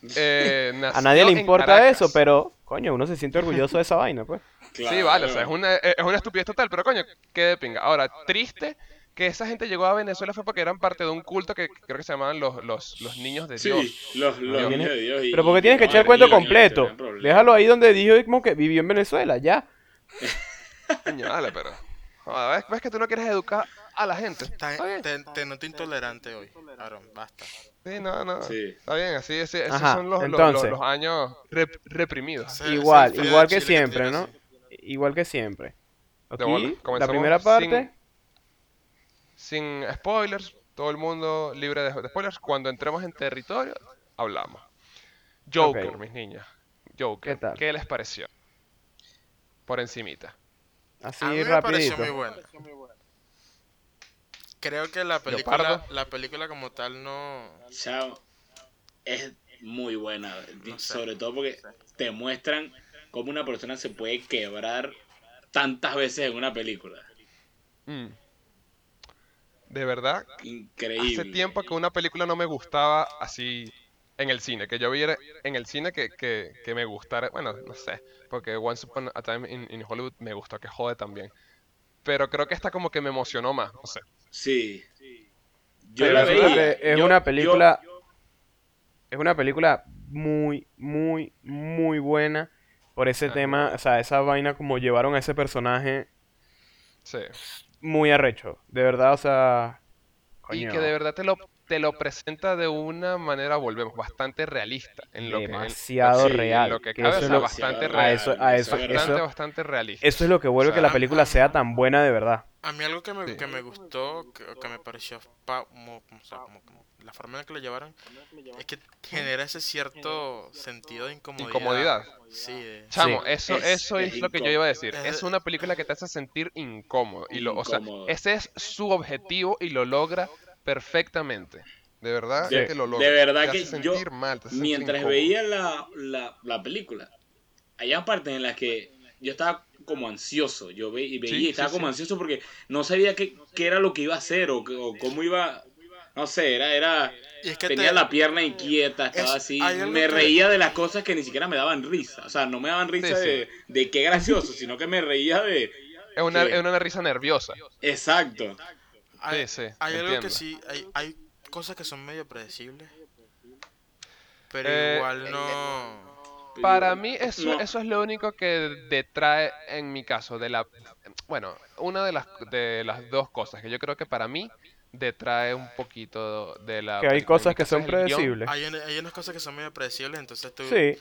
*laughs*
Eh,
A nadie le
nació en
importa
Caracas.
eso, pero coño, uno se siente orgulloso de esa vaina, pues.
Sí, vale, o sea, es una, eh, es una estupidez total, pero coño, qué de pinga. Ahora, triste que esa gente llegó a Venezuela fue porque eran parte de un culto que creo que se llamaban los, los, los niños de
Sí,
Dios.
los, los
Pero
niños
tienes-
de Dios. y-
Pero porque
y
tienes que
no,
echar el
y
cuento
los niños de Dios
completo.
tienen problemas.
Déjalo ahí donde dijo como que vivió en Venezuela, ya.
Coño, vale, pero. Joder, ¿ves, ves que tú no quieres educar a la gente?
Está-
Está bien.
te, te noto intolerante hoy, Aaron, basta.
Sí, no,
Ah.
no.
Sí.
Está bien, así, así- esos
Ajá,
son los, los-
entonces.
los- los años rep- reprimidos.
Ese- ese es el
Igual,
fallo de
igual que
Chile tiene
siempre, ¿no?
así.
Igual que siempre.
De bola.
Aquí, la
Comenzamos
primera parte.
Sin, sin spoilers, todo el mundo libre de, de spoilers. Cuando entremos en territorio, hablamos. Joker,
Ok.
mis niñas. Joker,
¿Qué tal?
les pareció? Por encimita.
Así
a mí me pareció
rapidito.
muy buena. Creo que la película,
Leopardo.
la película como tal no...
Chao. Es muy buena,
No sé.
sobre todo porque te muestran cómo una persona se puede quebrar tantas veces en una película.
Mm. De verdad,
Increíble.
Hace tiempo que una película no me gustaba así en el cine, que yo viera en el cine que, que, que me gustara, bueno, no sé, porque Once Upon a Time in, in Hollywood me gustó, que jode también. Pero creo que esta como que me emocionó más, no sé.
Sí.
Pero
la
resulta
veía.
que es
yo-
una
yo-
película. Es una película muy, muy, muy buena. Por ese
Ajá.
tema, o sea, esa vaina como llevaron a ese personaje
Sí.
muy arrecho. De verdad, o sea.
Y
coño,
que de verdad te lo, te lo presenta de una manera, volvemos, bastante realista. En lo que, en-
demasiado
sí, en
real.
lo que
que
cabe,
eso
o
es
sea,
lo-
bastante
a
real.
eso, a eso,
eso es
Bastante,
eso,
bastante realista.
eso es lo que vuelve
O
que
sea,
la película sea tan buena de verdad.
A mí algo que me,
Sí.
que me gustó, que, o que me pareció pa- mo- o sea, como- como la forma en la que lo llevaron, es que genera ese cierto sentido de incomodidad.
Incomodidad.
Sí, de-
Chamo,
Sí.
eso,
Es-
eso es,
es
lo que yo
incó-
iba a decir. Es
es-
una película que te hace sentir incómodo. Y lo, o sea,
Incómodo.
ese es su objetivo y lo logra perfectamente. De verdad
De-
que lo logra.
de verdad
te
que
hace
yo,
sentir mal, te hace sentir
Mientras
incómodo.
veía la, la, la película, había partes en las que yo estaba como ansioso. Yo ve, y veía
Sí,
y estaba
sí,
como
sí.
ansioso porque no sabía qué, qué era lo que iba a hacer o, qué- o cómo iba. No sé, era. era
Y es que
tenía
te-
la pierna inquieta, estaba
Es-
así.
hay algo
Me
que-
reía de las cosas que ni siquiera me daban risa. O sea, no me daban risa
sí.
de, de qué gracioso, sino que me reía de.
Es una,
que-
es una risa nerviosa.
Exacto.
hay,
sí,
hay algo
entiendo.
que sí, hay, hay cosas que son medio predecibles, pero
Eh,
igual
eh,
no...
Para mí eso,
No.
eso es lo único que detrae en mi caso de la bueno, una de las de las dos cosas que yo creo que para mí detrae un poquito de la
Que hay
película. ah, En mi
cosas que
caso
son
es el guión.
predecibles.
Hay, una- hay unas cosas que son medio predecibles, entonces tú...
Sí,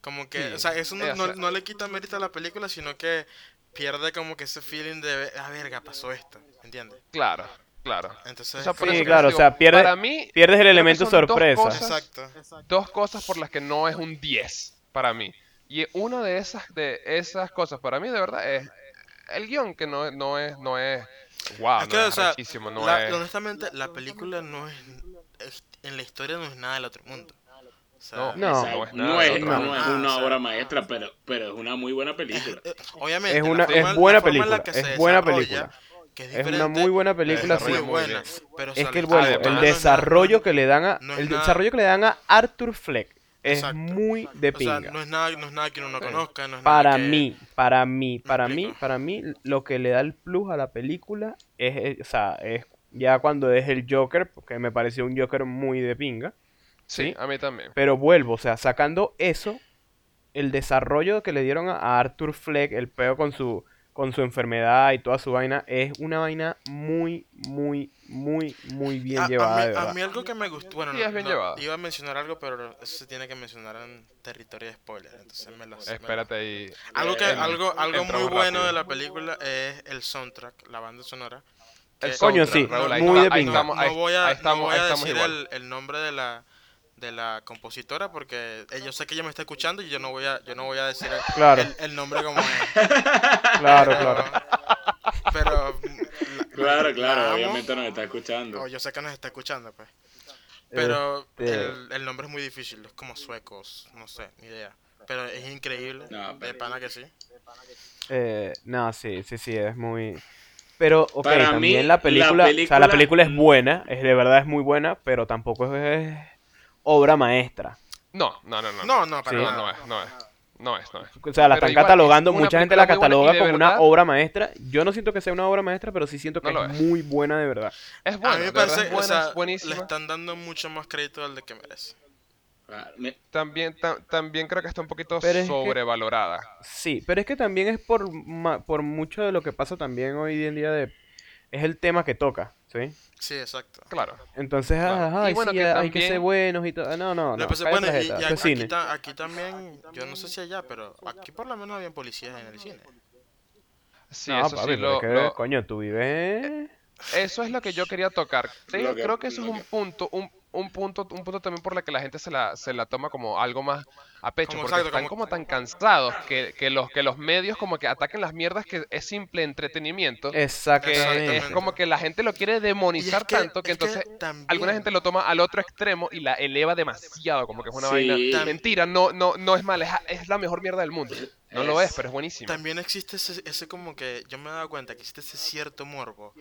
Como que,
Sí,
o sea, eso no,
eh, o
no-
sea-
no le quita mérito a la película, sino que pierde como que ese feeling de, ah, verga, pasó esto, ¿entiendes?
Claro, claro.
Entonces,
O sea, por
Sí,
eso que
claro,
les
o sea, pierde-
para mí,
pierdes el
creo que
elemento
son dos
sorpresa.
cosas-
exacto.
dos cosas por las que no es un 10 para mí. Y una de esas, de esas cosas para mí, de verdad, es el guión, que no, no es, no es, wow,
Es que,
no
o
es
sea,
arrechísimo, Pues no
la-
es...
honestamente, la película no es, es- en la historia no es nada del otro mundo. sea,
No.
No,
O sea,
no es nada
no
de
es,
otra
no es
manera.
una
Ah, o sea,
obra maestra, pero, pero es una muy buena película.
eh, obviamente,
Es
la
una- es
forma- la
buena
forma en la
película,
que se
es buena
desarrolla, que es
Es una
diferente,
muy buena película,
es
sí.
muy
desarrolla muy
buena,
bien.
pero, o
Es
sea,
que el,
la
bueno,
historia
el
no es nada-
desarrollo que le dan a,
no es
el
nada-
desarrollo que le dan a Arthur Fleck es
Exacto.
muy de
O sea,
pinga.
no es nada, no es nada que uno no conozca, no es nada
Para
que-
mí, para mí,
Me
para mí,
explico.
para mí, lo que le da el plus a la película es, eh, o sea, es ya cuando es el Joker, porque me pareció un Joker muy de pinga.
Sí,
Sí.
a mí también.
Pero vuelvo, o sea, sacando eso, el desarrollo que le dieron a- a Arthur Fleck, el peo con su con su enfermedad y toda su vaina, es una vaina muy, muy, muy, muy bien
Ah, A, a
llevada. de
mí, a
verdad.
mí algo que me gustó, bueno,
Sí,
no-
es bien
no,
llevado.
iba a mencionar algo, pero eso se tiene que mencionar en territorio de spoiler, entonces me lo me lo-
Espérate ahí.
Algo que
Eh,
algo algo muy
entramos
bueno
rápido.
de la película es el soundtrack, la banda sonora.
El
que-
Coño, sí,
soundtrack, Raúl, ahí
muy
está-
de
ahí
pinga.
estamos,
no
ahí-
voy a,
ahí
no
estamos,
voy
ahí
a
estamos
decir
igual.
el, el nombre de la de la compositora porque eh, yo sé que ella me está escuchando y yo no voy a yo no voy a decir el,
Claro,
el- el nombre como es.
*laughs* claro,
pero-
claro.
Pero
Claro,
la amo,
claro, obviamente nos está escuchando.
o yo sé que nos está escuchando, pues.
Eh,
Pero
Este-
el, el nombre es muy difícil, es como suecos, no sé, ni idea. Pero es increíble,
No,
de
pero-
pana que sí.
Eh, no, sí, sí, sí, es muy... Pero, ok,
Para
también
mí,
la película...
la
O sea, la película
película-
es buena, es de verdad es muy buena, pero tampoco es, es obra maestra.
No, no, no, no.
No, no, para
Sí.
nada.
no es, no es. No es, no es.
O sea, la
Pero
están
igual, es
catalogando,
una
mucha gente la
película muy buena y
cataloga
de
como una
verdad-
obra maestra. Yo no siento que sea una obra maestra, pero sí siento que
No lo
es,
es.
muy buena de verdad.
Es buena,
a mí me
de verdad,
parece
es
que
buena,
o sea,
es buenísima.
le están dando mucho más crédito al de que merece.
Ah, me-
También, ta- también creo que está un poquito
Pero es que-
sobrevalorada.
Sí, pero es que también es por, ma- por mucho de lo que pasa también hoy en día de... Es el tema que toca, ¿sí?
Sí, exacto.
Claro.
Entonces,
Claro.
ah,
Y
ay,
bueno,
sí,
que
hay que ser
también-
buenos y todo. No, no, no.
Lo que pasa-
cállate
bueno,
la
y,
jeta,
y
eso es
aquí,
cine.
ta- aquí también, yo no sé si allá, pero aquí por lo menos habían policías en el cine.
Sí,
no,
eso
papi,
sí
pero
lo,
es que,
lo-
coño, tú vives...
Eso es lo que yo quería tocar. Creo,
Lo que-
creo que eso es
lo
un
que-
punto, un, un punto, un punto también por la que la gente se la, se la toma como algo más a pecho,
Como
porque
exacto,
están
como-
como tan cansados que, que los que los medios como que ataquen las mierdas que es simple entretenimiento, que es
Exactamente.
como que la gente lo quiere
Y
demonizar
es que-
tanto que
es que
entonces
también-
alguna gente lo toma al otro extremo y la eleva demasiado, como que es una
Sí.
vaina
Tam-
mentira, no, no, no es mala, es, es la mejor mierda del mundo. No lo es, pero es buenísima.
También existe ese, ese como que, yo me he dado cuenta que existe ese cierto morbo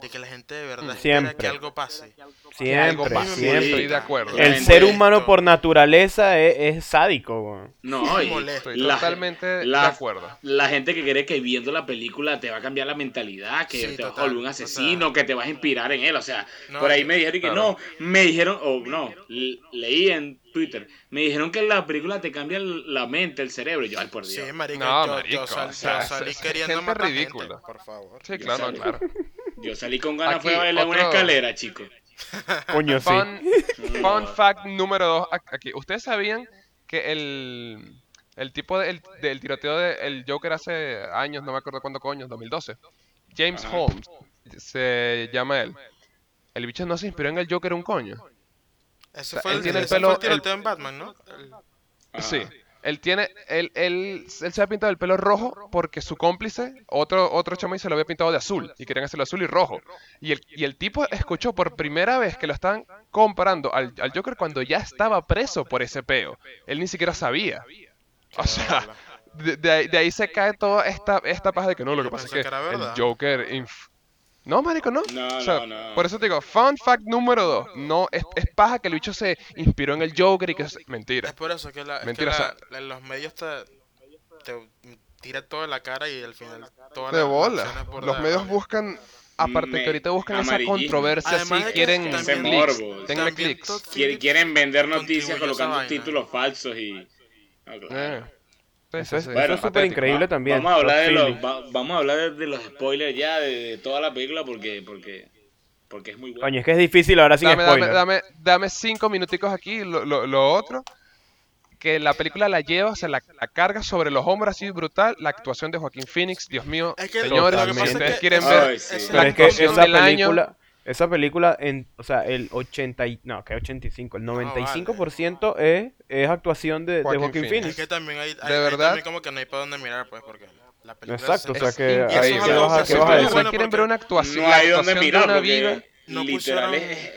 de que la gente de verdad espera que
Siempre.
algo pase.
Algo
Siempre,
pasa,
siempre.
estoy de acuerdo.
El
Gente,
ser
esto-
humano por naturaleza es, es sádico,
*laughs*
weón.
No,
Me *laughs*
y
molesta.
Estoy totalmente de acuerdo.
La gente que cree que viendo la película te va a cambiar la mentalidad, que
Sí,
te vas a
total,
volver un asesino,
total.
que te vas a inspirar en él. O sea,
No,
por ahí
sí,
me dijeron que
claro.
no, me dijeron, o no, le- leí en Twitter, me dijeron que la película te cambia la mente, el cerebro. Y yo, ay, por Dios.
Sí, marica,
No,
yo,
marico,
yo sal-
o sea,
yo salí
es- es
queriendo
gente
matar
ridícula.
gente, por favor.
Sí,
Yo
claro,
salí-
claro.
Yo salí con ganas
Aquí,
fue a verle una
otro-
escalera, chico.
Coño, sí.
Fun, *laughs* fun
No.
fact número 2 aquí. ¿Ustedes sabían que el, el tipo de- el- del tiroteo del Joker hace años, no me acuerdo cuándo coño, 2012? James
Ajá.
Holmes se llama él. El bicho no se inspiró en el Joker un coño.
Eso
sea,
fue
él
el,
tiene el
ese fue
pelo-
el tiroteo
el-
en Batman, ¿no? El-
Ajá.
Sí. Él tiene, él, él, él se había pintado el pelo rojo porque su cómplice, otro, otro chamo, se lo había pintado de azul y querían hacerlo azul y rojo. Y el, y el tipo escuchó por primera vez que lo están comparando al, al Joker cuando ya estaba preso por ese peo. Él ni siquiera sabía. O sea, de, de ahí- de ahí se cae toda esta, esta paja de que no, lo que pasa es
pensé
que
que era
el
verdad.
Joker... inf- No, marico, no.
No,
O sea,
no, no.
Por eso te digo, fun fact número 2. No, es, es paja que el bicho se inspiró en el Joker y que... es- Mentira.
Es por eso que, la, es que
Mentira,
la-
o sea-
la- los medios te, te tira toda la cara y al final todas
De
las
bola.
opciones por
Los
dar
medios
rabia.
buscan, aparte
Me-
que ahorita buscan esa
amarillismo.
controversia, si
Además de que
quieren
Ese
clics,
morbo.
denme
También
clics.
tot-
Quieren, quieren vender noticias
Contribuyó esa
colocando
vaina.
títulos falsos y... Ah, claro.
Eh,
Eso
sí, sí,
es
sí,
eso
Bueno,
es súper
patético.
increíble también.
Vamos a hablar de
Todd
los,
Phillips.
va- vamos a hablar de, de los spoilers ya de, de toda la película porque porque porque es muy bueno.
Coño, es que es difícil ahora sin
Dame, dame,
spoiler.
dame, dame cinco minuticos aquí, lo, lo- lo otro, que la película la lleva, se la, la carga sobre los hombros así brutal, la actuación de Joaquín Phoenix, Dios mío,
Es que
señores,
lo que
si
pasa es
ustedes
que
quieren
esa-
ver
Ay, sí.
esa
Pero es que
actuación
esa
del año.
película, esa película en, o sea, el 80 y, no, que 85,
Ah,
el 95% es, es actuación de, de
Joaquín
Joaquin
Phoenix.
Phoenix.
Es que también hay, hay,
De
hay
verdad.
también como que no hay para dónde mirar, pues, porque la película
Exacto, o sea
es-
que
y eso
ahí
es
que
algo
vas a,
que
qué vas a
siempre
Si
es
decir.
bueno
quieren ver
porque
una actuación,
no
la
hay donde
actuación de
mirar
una
porque
vida,
no
literal
pusieron-
es,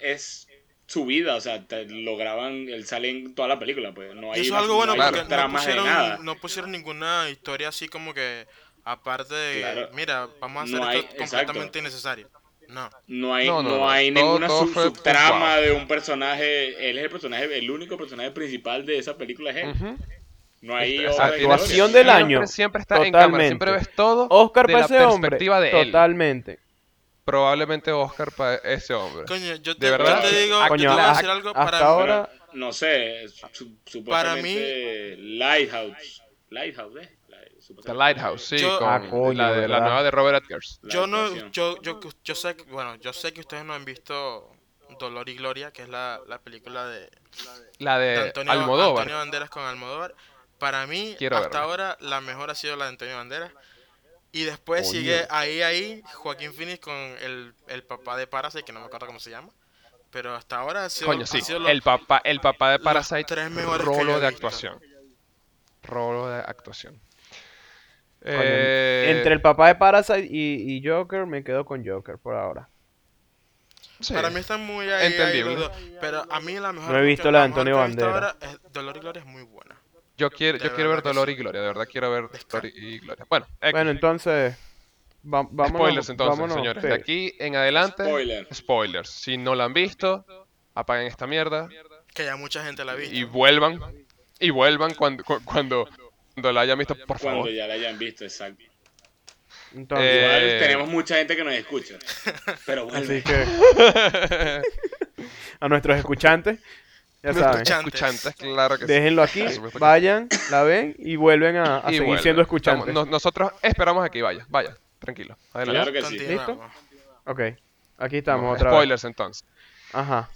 es su vida, o sea, te- lo graban, él sale en toda la película, pues no hay
Y eso
no-
es algo bueno
no hay
claro.
porque no
tramas de nada.
pusieron, no pusieron ninguna historia así como que aparte de,
Claro.
mira, vamos a hacer
No hay-
esto completamente innecesario. No.
Pues,
No hay,
No,
no,
no, no.
hay
Todo-
ninguna
todo
sub-
fue
subtrama
puntuado.
de un personaje. Él es el personaje, el único personaje principal de esa película es él.
Ujú.
No hay
Este, o
otra
sea, tiene-
Actuación
historia.
del año.
Siempre- Siempre está en cámara,
Totalmente.
siempre ves todo
Oscar
de
para
la
ese hombre.
perspectiva de él.
Totalmente.
Probablemente Oscar para ese hombre.
Coño, yo te,
De
yo
verdad.
te digo,
Ah,
yo
coño,
te voy a
ah,
decir algo
hasta
para
ahora-
Pero, no sé, su- supuestamente Lighthouse. Lighthouse, ¿eh? La-
The
supuestamente-
Lighthouse, sí,
Yo-
con
Ah, coño,
la, de, la
¿verdad?
nueva de Robert Edgers.
la
Yo no,
actuación.
yo, yo, yo sé, que- bueno, yo sé que ustedes no han visto Dolor y Gloria, que es la, la película de,
La de
de Antonio,
Eh, Almodóvar.
Antonio Banderas con Almodóvar. Para mí,
Quiero
hasta
verla.
ahora, la mejor ha sido la de Antonio Banderas. Y después
Coño.
sigue ahí, ahí, Joaquín Phoenix con el, el papá de Parasite, que no me acuerdo cómo se llama. Pero hasta ahora ha sido,
Coño,
ha
sí,
sido lo-
el papá, el papá de
los
Parasite,
tres mejores que yo
rolo
he
de
visto.
actuación. Rolo de actuación.
Coño,
Eh,
Entre el papá de Parasite y, y Joker, me quedo con Joker por ahora.
sí.
Para mí están muy ahí, ahí
Entendible.
los dos. Pero a mí la mejor.
No he visto
que-
la de
mejor
Antonio
que he visto
Banderas.
ahora es- Dolor y Gloria es muy buena.
Yo quiero,
De
yo quiero ver
verdad que
Dolor
sí.
y Gloria, de verdad quiero ver Dolor y Gloria. Bueno, X.
Bueno, entonces. va- vámonos,
spoilers entonces,
vámonos,
señores.
sí.
De aquí en adelante,
Spoiler.
spoilers. Si no la han visto, apaguen esta mierda
Que ya mucha gente la ha visto.
y vuelvan. Y vuelvan cuando, cu- cuando, cuando la hayan visto, por
Cuando
favor.
ya la hayan visto, exacto.
Entonces,
Eh,
Igual tenemos mucha gente que nos escucha.
*laughs*
Pero vuelve.
así que. a nuestros escuchantes, ya saben.
escuchan-
Escuchantes, claro que sí.
Déjenlo aquí,
Por supuesto que sí.
vayan, la ven y vuelven a, a
Y
seguir
vuelven.
siendo
Estamos-
escuchantes.
no- nosotros esperamos aquí, vaya, vaya, tranquilo. Adelante.
Claro que sí.
Continuamos.
Ok, aquí estamos
No,
otra
spoilers entonces.
vez. Ajá.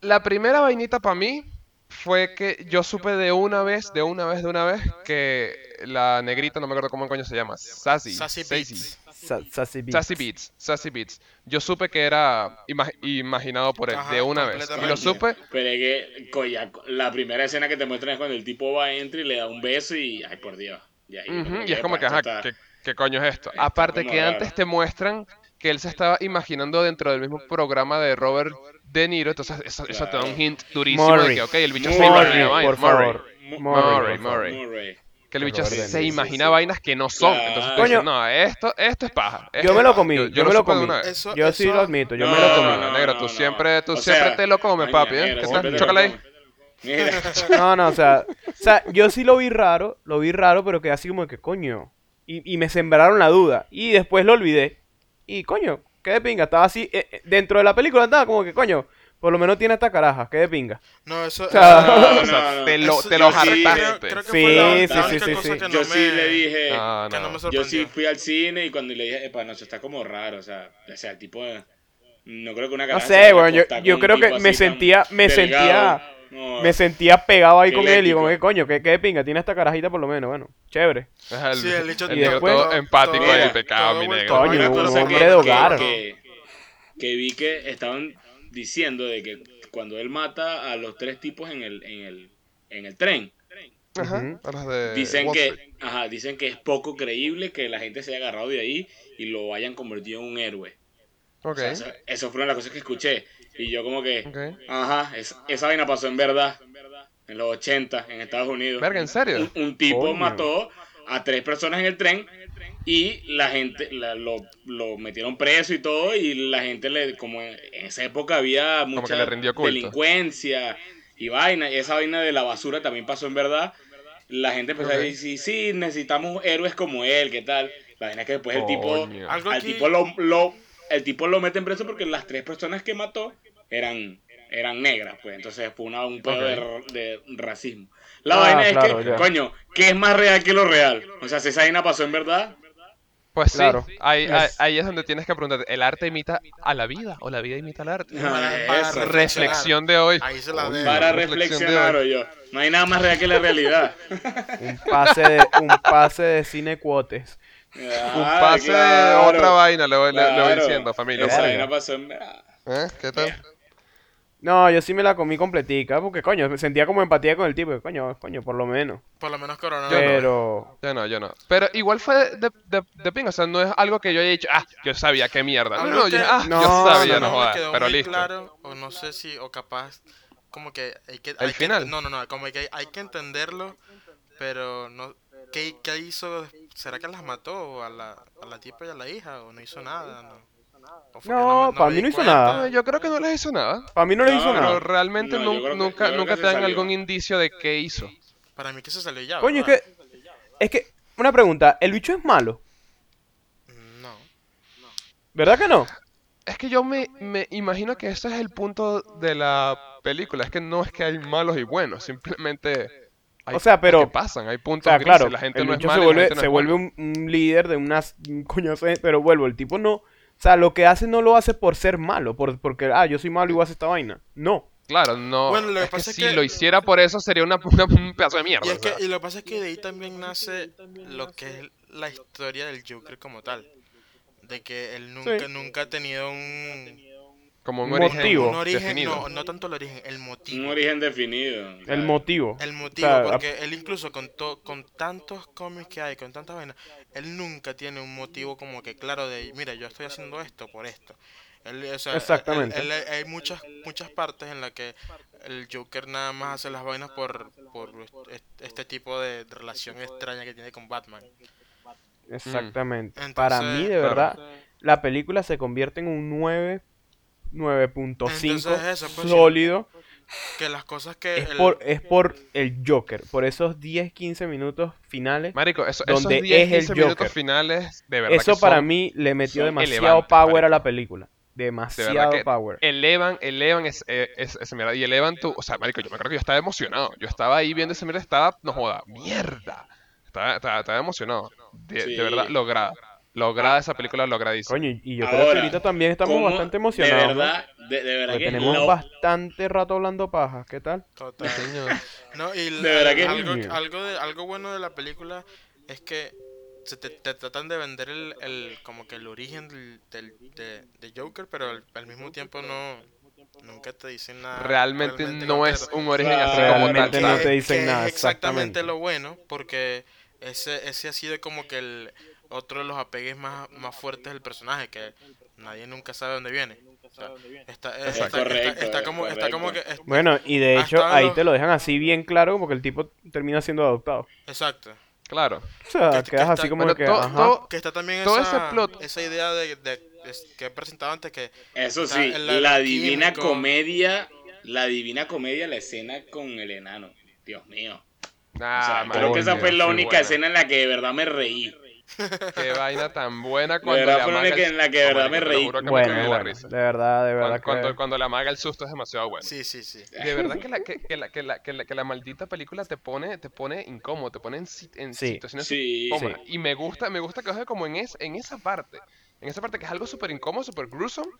La primera vainita para mí fue que yo supe de una vez, de una vez, de una vez, que la negrita, no me acuerdo cómo coño se llama, Sassy.
Sassy
Sassy.
Beats.
Sa- Sassy Beats.
Sassy Beats, Sassy Beats. Yo supe que era ima- imaginado por él,
Ajá,
de una vez. Y lo
completamente.
supe,
Pero es que coño, la primera escena que te muestran es cuando el tipo va, entra y le da un beso y. Ay, por Dios. Y, ahí,
ujú,
como
y es como
epa,
que,
esto
ajá,
está-
¿qué, qué coño es esto? Aparte
como
que
raro.
antes te muestran que él se estaba imaginando dentro del mismo programa de Robert De Niro, entonces eso, eso te da un hint durísimo de
Murray.
que, ok, el bicho se
Murray,
imagina vainas,
por
Murray.
favor.
Mu-
Murray,
Murray,
por favor.
Murray.
Murray.
Que el bicho
Robert De
se
Niro,
imagina vainas que no son.
Claro.
Entonces tú dices,
Coño.
no, esto, esto es paja.
Yo me lo comí, yo,
Yo- yo lo
me lo
supe de
comí.
una vez.
Eso-
yo sí
eso-
lo admito, yo me lo
comí,
comí.
no, negro, tú siempre- tú siempre te lo comes, papi, ¿eh? ¿Qué tal? Chócala ahí.
Mira,
No, no, o sea, o sea, yo sí lo vi raro, lo vi raro, pero que así como que coño. Y, y me sembraron la duda. Y después lo olvidé. Y coño, qué de pinga. Estaba así, eh, eh, dentro de la película andaba como que coño, por lo menos tiene esta caraja, qué de pinga.
No, eso.
sea, *laughs*
eso-
no,
*laughs* O sea,
no, no.
te lo,
eso-
te lo
yo sí- creo-
hartaste.
creo que
Sí,
fue la-
sí,
la
sí,
única
sí,
cosa
sí.
que no
yo
me-
sí le dije.
No,
que no
Ah, no.
me
Yo sí
sorprendió.
fui al cine y cuando le dije, epa, no, eso está como raro, o sea, o sea, el tipo, eh, no creo que una
No
caraja se
sé,
vaya a
weón, yo,
acostar
yo
con un
creo que
tipo
me
así tan
sentía, me
delgado.
sentía,
No,
me sentía pegado ahí
Qué
con él. Y como
eléctrico.
que coño, qué, qué de pinga, tiene esta carajita por lo menos. Bueno, chévere.
Ajá, El,
Sí, el bicho
el
y
negro
después-
todo empático
todo-
del pecado,
todo
mi
vuelto
negro.
Coño,
Una
un
cosa
hombre
que-
de hogar.
Que, que vi que estaban diciendo de que cuando él mata a los tres tipos en el, en el, en el tren,
Ajá,
Ujú.
a los de
dicen
Wall Street.
que, ajá, dicen que es poco creíble que la gente se haya agarrado de ahí y lo hayan convertido en un héroe.
Ok,
O sea, eso, eso fueron las cosas que escuché. Y yo como que,
ok.
ajá, es- esa vaina pasó en verdad. En los 80, en Estados Unidos.
Verga, ¿en serio?
Un, un tipo
Coño.
mató a tres personas en el tren y la gente la- lo, lo metieron preso y todo y la gente le como en en esa época había
que
mucha
le rindió culto.
delincuencia y vaina y esa vaina de la basura también pasó en verdad la gente empezó
Ok.
a decir sí necesitamos héroes como él qué tal la vaina es que después pues el tipo
Coño.
Algo
al
aquí-
tipo lo, lo el tipo lo meten preso porque las tres personas que mató eran eran negras pues entonces fue una, un pedo
Ok.
de ra- de, racismo la
Ah,
vaina es
claro,
que
ya.
coño qué es más real que lo real o sea si esa vaina pasó en verdad
Pues sí,
Claro.
ahí, ahí-
Es-
ahí es donde tienes que preguntarte, ¿el arte imita a la vida o la vida imita al arte?
Ah,
para
eso.
Reflexión de
Ah,
hoy.
Ahí se la
Coño,
dejo.
Para
reflexión de
reflexionar,
hoy.
yo. No hay nada más real que la
*laughs*
realidad.
Un pase de, un pase de cine cuotes.
Un pase de otra vaina, le voy, le- le voy diciendo, familia.
Esa
Verga.
vaina pasó en... ah,
¿Eh? ¿Qué tal?
No, yo sí me la comí completica, porque coño, sentía como empatía con el tipo, coño, coño, por lo menos.
Por lo menos Corona.
Yo no.
Pero,
Ya no, no, yo no. Pero igual fue de, de, de, de pinga, o sea, no es algo que yo haya dicho, ah, yo sabía qué mierda. No,
Algo
no, yo,
que-
ah,
No,
yo sabía, no,
no,
jodas,
me quedó
pero
muy
listo.
claro, o no sé si, o capaz, como que hay que... hay que-
final?
no, no, no, como que hay, hay que entenderlo, pero no... ¿Qué, qué hizo? des- ¿Será que las mató a la, a la tipa y a la hija? ¿O no hizo nada? No, ¿O fue que
No,
me-
pa'
me
mí
di
no hizo
cuenta?
No,
nada.
yo creo que no les hizo nada.
Para mí no le hizo
No,
nada.
Pero realmente
No, yo
nun-
creo que- yo
nunca,
creo
nunca
que
te
se
dan
salió.
algún indicio de qué hizo.
Para mí que se salió ya,
Coño, es
¿verdad?
que. Es que. Una pregunta. El bicho es malo.
No.
¿Verdad que no?
Es que yo me, me imagino que ese es el punto de la película. Es que no es que hay malos y buenos, simplemente hay
O sea,
cosas
pero-
que pasan, hay
O
puntos
sea,
grises,
claro.
la gente
el
no es
bicho
mala,
se
y la
vuelve,
gente no
se
es
vuelve
buena.
un, un líder de unas. un coñazo de- Pero vuelvo, el tipo no. O sea, lo que hace no lo hace por ser malo. Por, porque, ah, yo soy malo y voy a hacer esta vaina. No.
Claro, no.
Bueno, lo que
es que
pasa es
si
que-
lo hiciera por eso sería una, *laughs* una- un pedazo de mierda.
Y, es
o
que,
sea.
y lo que pasa es que de ahí también nace lo que es la historia del Joker como tal. De que él nunca, nunca ha tenido un,
Como un
Motivo.
origen
un origen,
definido.
no, no tanto el origen, el
Un
motivo.
origen definido.
El motivo.
El motivo,
O sea,
porque él incluso con, to- con tantos cómics que hay, con tantas vainas, él nunca tiene un motivo como que claro de, mira, yo estoy haciendo esto por esto. Él- o sea, él-
Exactamente.
él- él- hay muchas muchas partes en las que el Joker nada más hace las vainas por, por est- este tipo de relación extraña que tiene con Batman.
Exactamente.
Entonces,
Para mí, de
claro.
verdad, la película se convierte en un 9, 9.5
Entonces, eso, pues, sí.
sólido.
Que las cosas que...
Es
el-
por, es por el Joker, por esos 10, 15 minutos finales.
Marico, eso- esos
Donde
10,
es el
15 minutos
Joker.
finales, de verdad
Eso
que
para
son-
mí le metió
son
demasiado
elevantes,
power a
marico.
la película.
De verdad
Demasiado
que
power.
elevan, elevan es- eh, es- esa mierda. Y elevan tu. O sea, marico, yo me acuerdo que yo estaba emocionado. Yo estaba ahí viendo esa mierda, estaba. No joda, mierda. Estaba, estaba, estaba emocionado. De, de
Sí.
verdad, lograda. Lograda esa película, logradísima.
Coño, y- y yo creo que
Ahora,
ahorita también estamos
¿cómo-
bastante emocionados.
De
¿no?
verdad, de, de verdad
Porque
que
tenemos
lo-
bastante rato hablando paja. ¿Qué tal?
Total.
Señor.
*laughs* No, y
De verdad que-
algo,
Coño.
algo, de, algo bueno de la película es que se te, te tratan de vender el, el- como que el origen del, del- de, de Joker, pero al, al mismo tiempo no nunca te dicen nada.
Realmente no es
concreto.
un origen así como tal.
Realmente no
¿sabes?
te dicen
que
nada,
Es exactamente
exactamente.
lo bueno, porque ese, ese ha sido como que el otro de los apegues más, más fuertes del personaje, que nadie nunca sabe dónde viene. O sea, está, eh, está,
Exacto.
Correcto,
está, está como, está como que...
correcto.
es-
Bueno, y de hecho
Hasta
ahí
lo-
te lo dejan así bien claro porque el tipo termina siendo adoptado.
Exacto.
Claro.
O sea,
Que- que
quedas así
está-
como
Bueno,
que...
todo-
ajá.
todo-
Que está también
Todo ese
esa,
plot-
esa idea de, de- es- que he presentado antes que
Eso
Está
sí,
el
la divina
químico.
comedia, la divina comedia, la escena con el enano. Dios mío. O sea,
Ah,
creo que esa
marico,
fue la
qué
única
buena.
escena en la que de verdad me reí.
Qué vaina tan buena
De
cuando
verdad
le
fue la
amaga
única
el-
en la que de
No,
verdad me
marico, te lo
reí.
juro que me
Bueno,
cagué de la
bueno,
risa.
de verdad, de verdad
Cuando,
que...
cuando, cuando le amaga el susto es demasiado bueno.
sí, sí, sí.
De
*laughs*
verdad que la, que, que la, que la, que la, que la maldita película te pone, te pone incómodo, te pone en, si- en
Sí.
situaciones
Sí.
incómodas. Y me gusta, me gusta que ojo, como en, es, en esa parte, en esa parte que es algo súper incómodo, súper gruesome,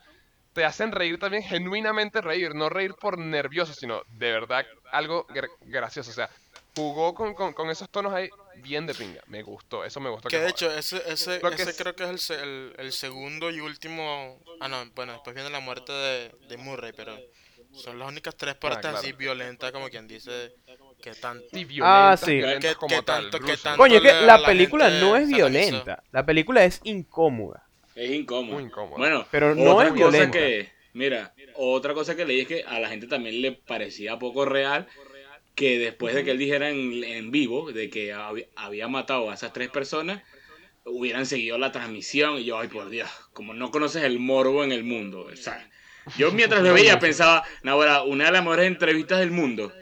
te hacen reír también, genuinamente reír, no reír por nervioso, sino de verdad algo gr- gracioso. O sea, jugó con, con, con esos tonos ahí bien de pinga. Me gustó, eso me gustó.
Que de
joda.
hecho, ese, ese,
Lo que
ese
es-
creo que es el, se- el, el segundo y último. Ah, no, bueno, después viene la muerte de, de Murray, pero son las únicas
Ah,
tres partes
claro.
así violentas, como quien dice, que tan.
Y violentas,
Ah, sí.
violentas
Que-
como
que
tal,
tanto- que
gruesome.
tanto-
Coño, es que
Dándole a
la
la
película
gente
no es
satanizó.
violenta. La película es incómoda.
Es incómodo.
Muy incómodo.
Bueno,
Pero no
otra
es
cosa
violento.
que, mira, otra cosa que leí es que a la gente también le parecía poco real que después de que él dijera en, en vivo de que hab- había matado a esas tres personas, hubieran seguido la transmisión y yo, ay por Dios, como no conoces el morbo en el mundo. O sea, yo mientras
*laughs*
lo veía pensaba, Nahuara, una de las mejores entrevistas del mundo.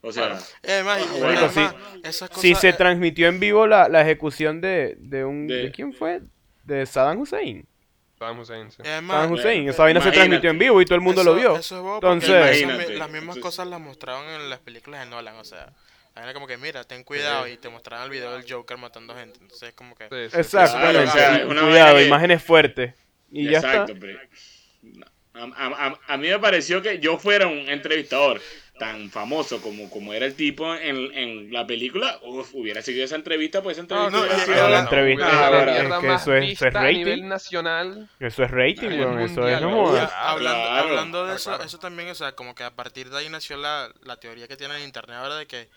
O sea,
Y además, Eh, y-
bueno.
además,
Sí.
esas cosas.
Si se
eh,
transmitió en vivo la, la ejecución de, de un...
De-
¿De quién fue? De Saddam Hussein.
Saddam Hussein, sí.
y además,
Saddam Hussein.
Bueno,
Esa vaina se
imagínate.
transmitió en vivo y todo el mundo lo
Eso-
vio.
eso es bobo porque
Entonces...
las mismas-
Imagínate.
las mismas
Entonces-
cosas las mostraban en las películas de Nolan, o sea, era como que mira, ten cuidado y te mostraban el video del Joker matando gente, entonces es como que
Sí, sí, sí.
Exactamente.
Claro, o sea,
y-
una
cuidado,
vaina que-
imágenes fuertes. Y ya
exacto.
está.
pero- a, a- a- a mí me pareció que yo fuera un entrevistador tan famoso como, como era el tipo en, en la película, uf, hubiera seguido esa entrevista, pues esa entrevista
no,
hubiera
y-
sido-
y
la
ahora-
entrevista
es la
mierda
mierda
más
que eso es- eso es
vista a
rating.
nivel nacional.
Ah,
Eso es rating,
A nivel
weón. Eso es
mundial,
no
weón.
Y
jodas.
a- hablando,
claro,
hablando de eso,
claro.
eso también, o sea, como que a partir de ahí nació la, la teoría que tiene en internet ahora de que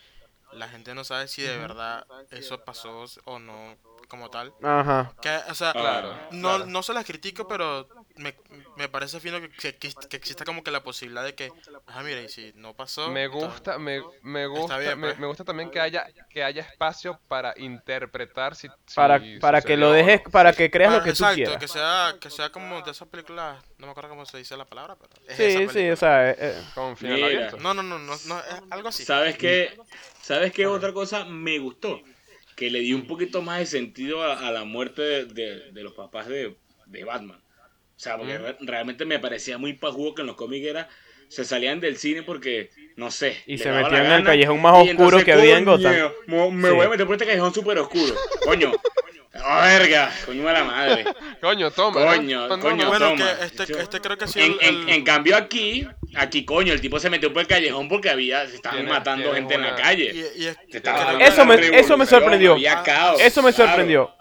la gente no sabe si de verdad eso pasó o no como tal.
Ajá.
Que, o sea,
Claro,
no,
claro.
no se las critico, pero me, me parece fino que, que- que- que exista como que la posibilidad de que, ah, mira, y si no pasó,
Me
entonces-
gusta, me, me gusta,
bien,
me,
pues.
me gusta también que haya, que haya espacio para interpretar si, si
Para, para que
sucedió
lo
o
dejes,
no.
para que creas
Ah,
lo que
exacto,
tú quieras.
que sea, que sea como de esas películas, no me acuerdo cómo se dice la palabra, pero es esa
Sí, sí,
película.
o sea, eh, eh,
Con final
Mira.
abierto.
No, no, no, no, no, es algo así.
¿Sabes qué? ¿Sabes qué otra cosa me gustó? Que le dio un poquito más de sentido a, a la muerte de, de- de los papás de, de Batman. O sea, porque re- realmente me parecía muy pajugo que en los cómics era, se salían del cine porque, no sé.
Y
les
se
daba la
metían en el
gana,
callejón más
y
oscuro que había en Gotham.
coño, mo- Me,
Sí.
voy a meter por este callejón súper oscuro. Coño. ¡Ah, verga! Coño a la madre.
Coño, toma. ¿no?
Coño,
Toma,
coño.
toma.
Bueno,
toma.
que este, este creo que ha sido
En,
el,
en-
el-
en cambio aquí, aquí coño, el tipo se metió por el callejón porque había, se estaban
Tienes-
matando
tienes
gente en la
una-
calle.
y- y es-
Se estaba
creo
dando
que
Ah, Eso
la
me-
revolución,
eso me sorprendió.
había
Oh,
caos,
eso me
claro.
sorprendió.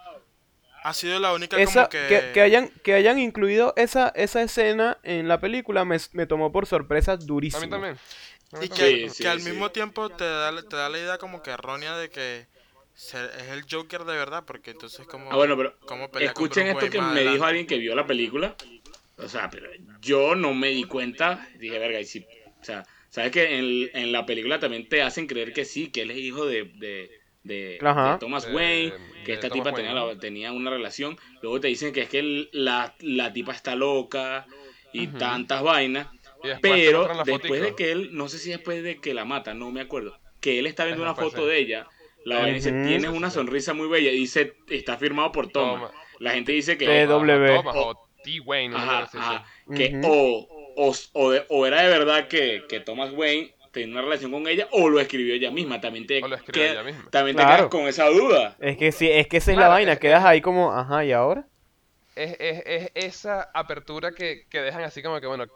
ha sido la única
Esa,
como que...
que, que hayan, que hayan incluido esa, esa escena en la película me, me tomó por sorpresa
A mí
durísimo.
también. A mí
Y que,
también.
Sí,
que
sí,
al
sí.
mismo tiempo te da, la- te da la idea como que errónea de que se- es el Joker de verdad, porque entonces como...
Ah, bueno,
Pues
pero
como pelea con
escuchen
Bruce
esto que
Wayne más
me dijo
adelante.
alguien que vio la película. O sea, pero yo no me di cuenta. Dije, verga, y sí. O sea, sabes que en, en la película también te hacen creer que sí, que él es hijo de, de, de-
Ajá.
de Thomas
De-
Wayne, que
de
esta
Thomas
tipa
Wayne,
tenía, la- tenía una relación. Luego te dicen que es que el- la, la tipa está loca y
Ujú.
tantas vainas.
Y después te
Pero
muestran la
después
fotico.
de que él, no sé si después de que la mata, no me acuerdo, que él está viendo
Es
una
después,
foto
sí.
de ella, la vaina dice,
Ujú.
tienes una sonrisa muy bella, y dice, está firmado por Thomas.
Toma.
La gente dice que,
Te- W.
Toma, o T. Wayne. una
ajá,
cosa así.
ajá, que
Ujú.
o, o, o de- o era de verdad que, que Thomas Wayne tenía una relación con ella, o lo escribió ella misma, también te,
O lo escribió
queda-
ella misma.
También te
Claro.
quedas con esa duda.
Es que sí, es que esa es
Claro,
la vaina,
es-
quedas ahí como, ajá, ¿y ahora?
Es, es, es esa apertura que, que dejan así como que, bueno,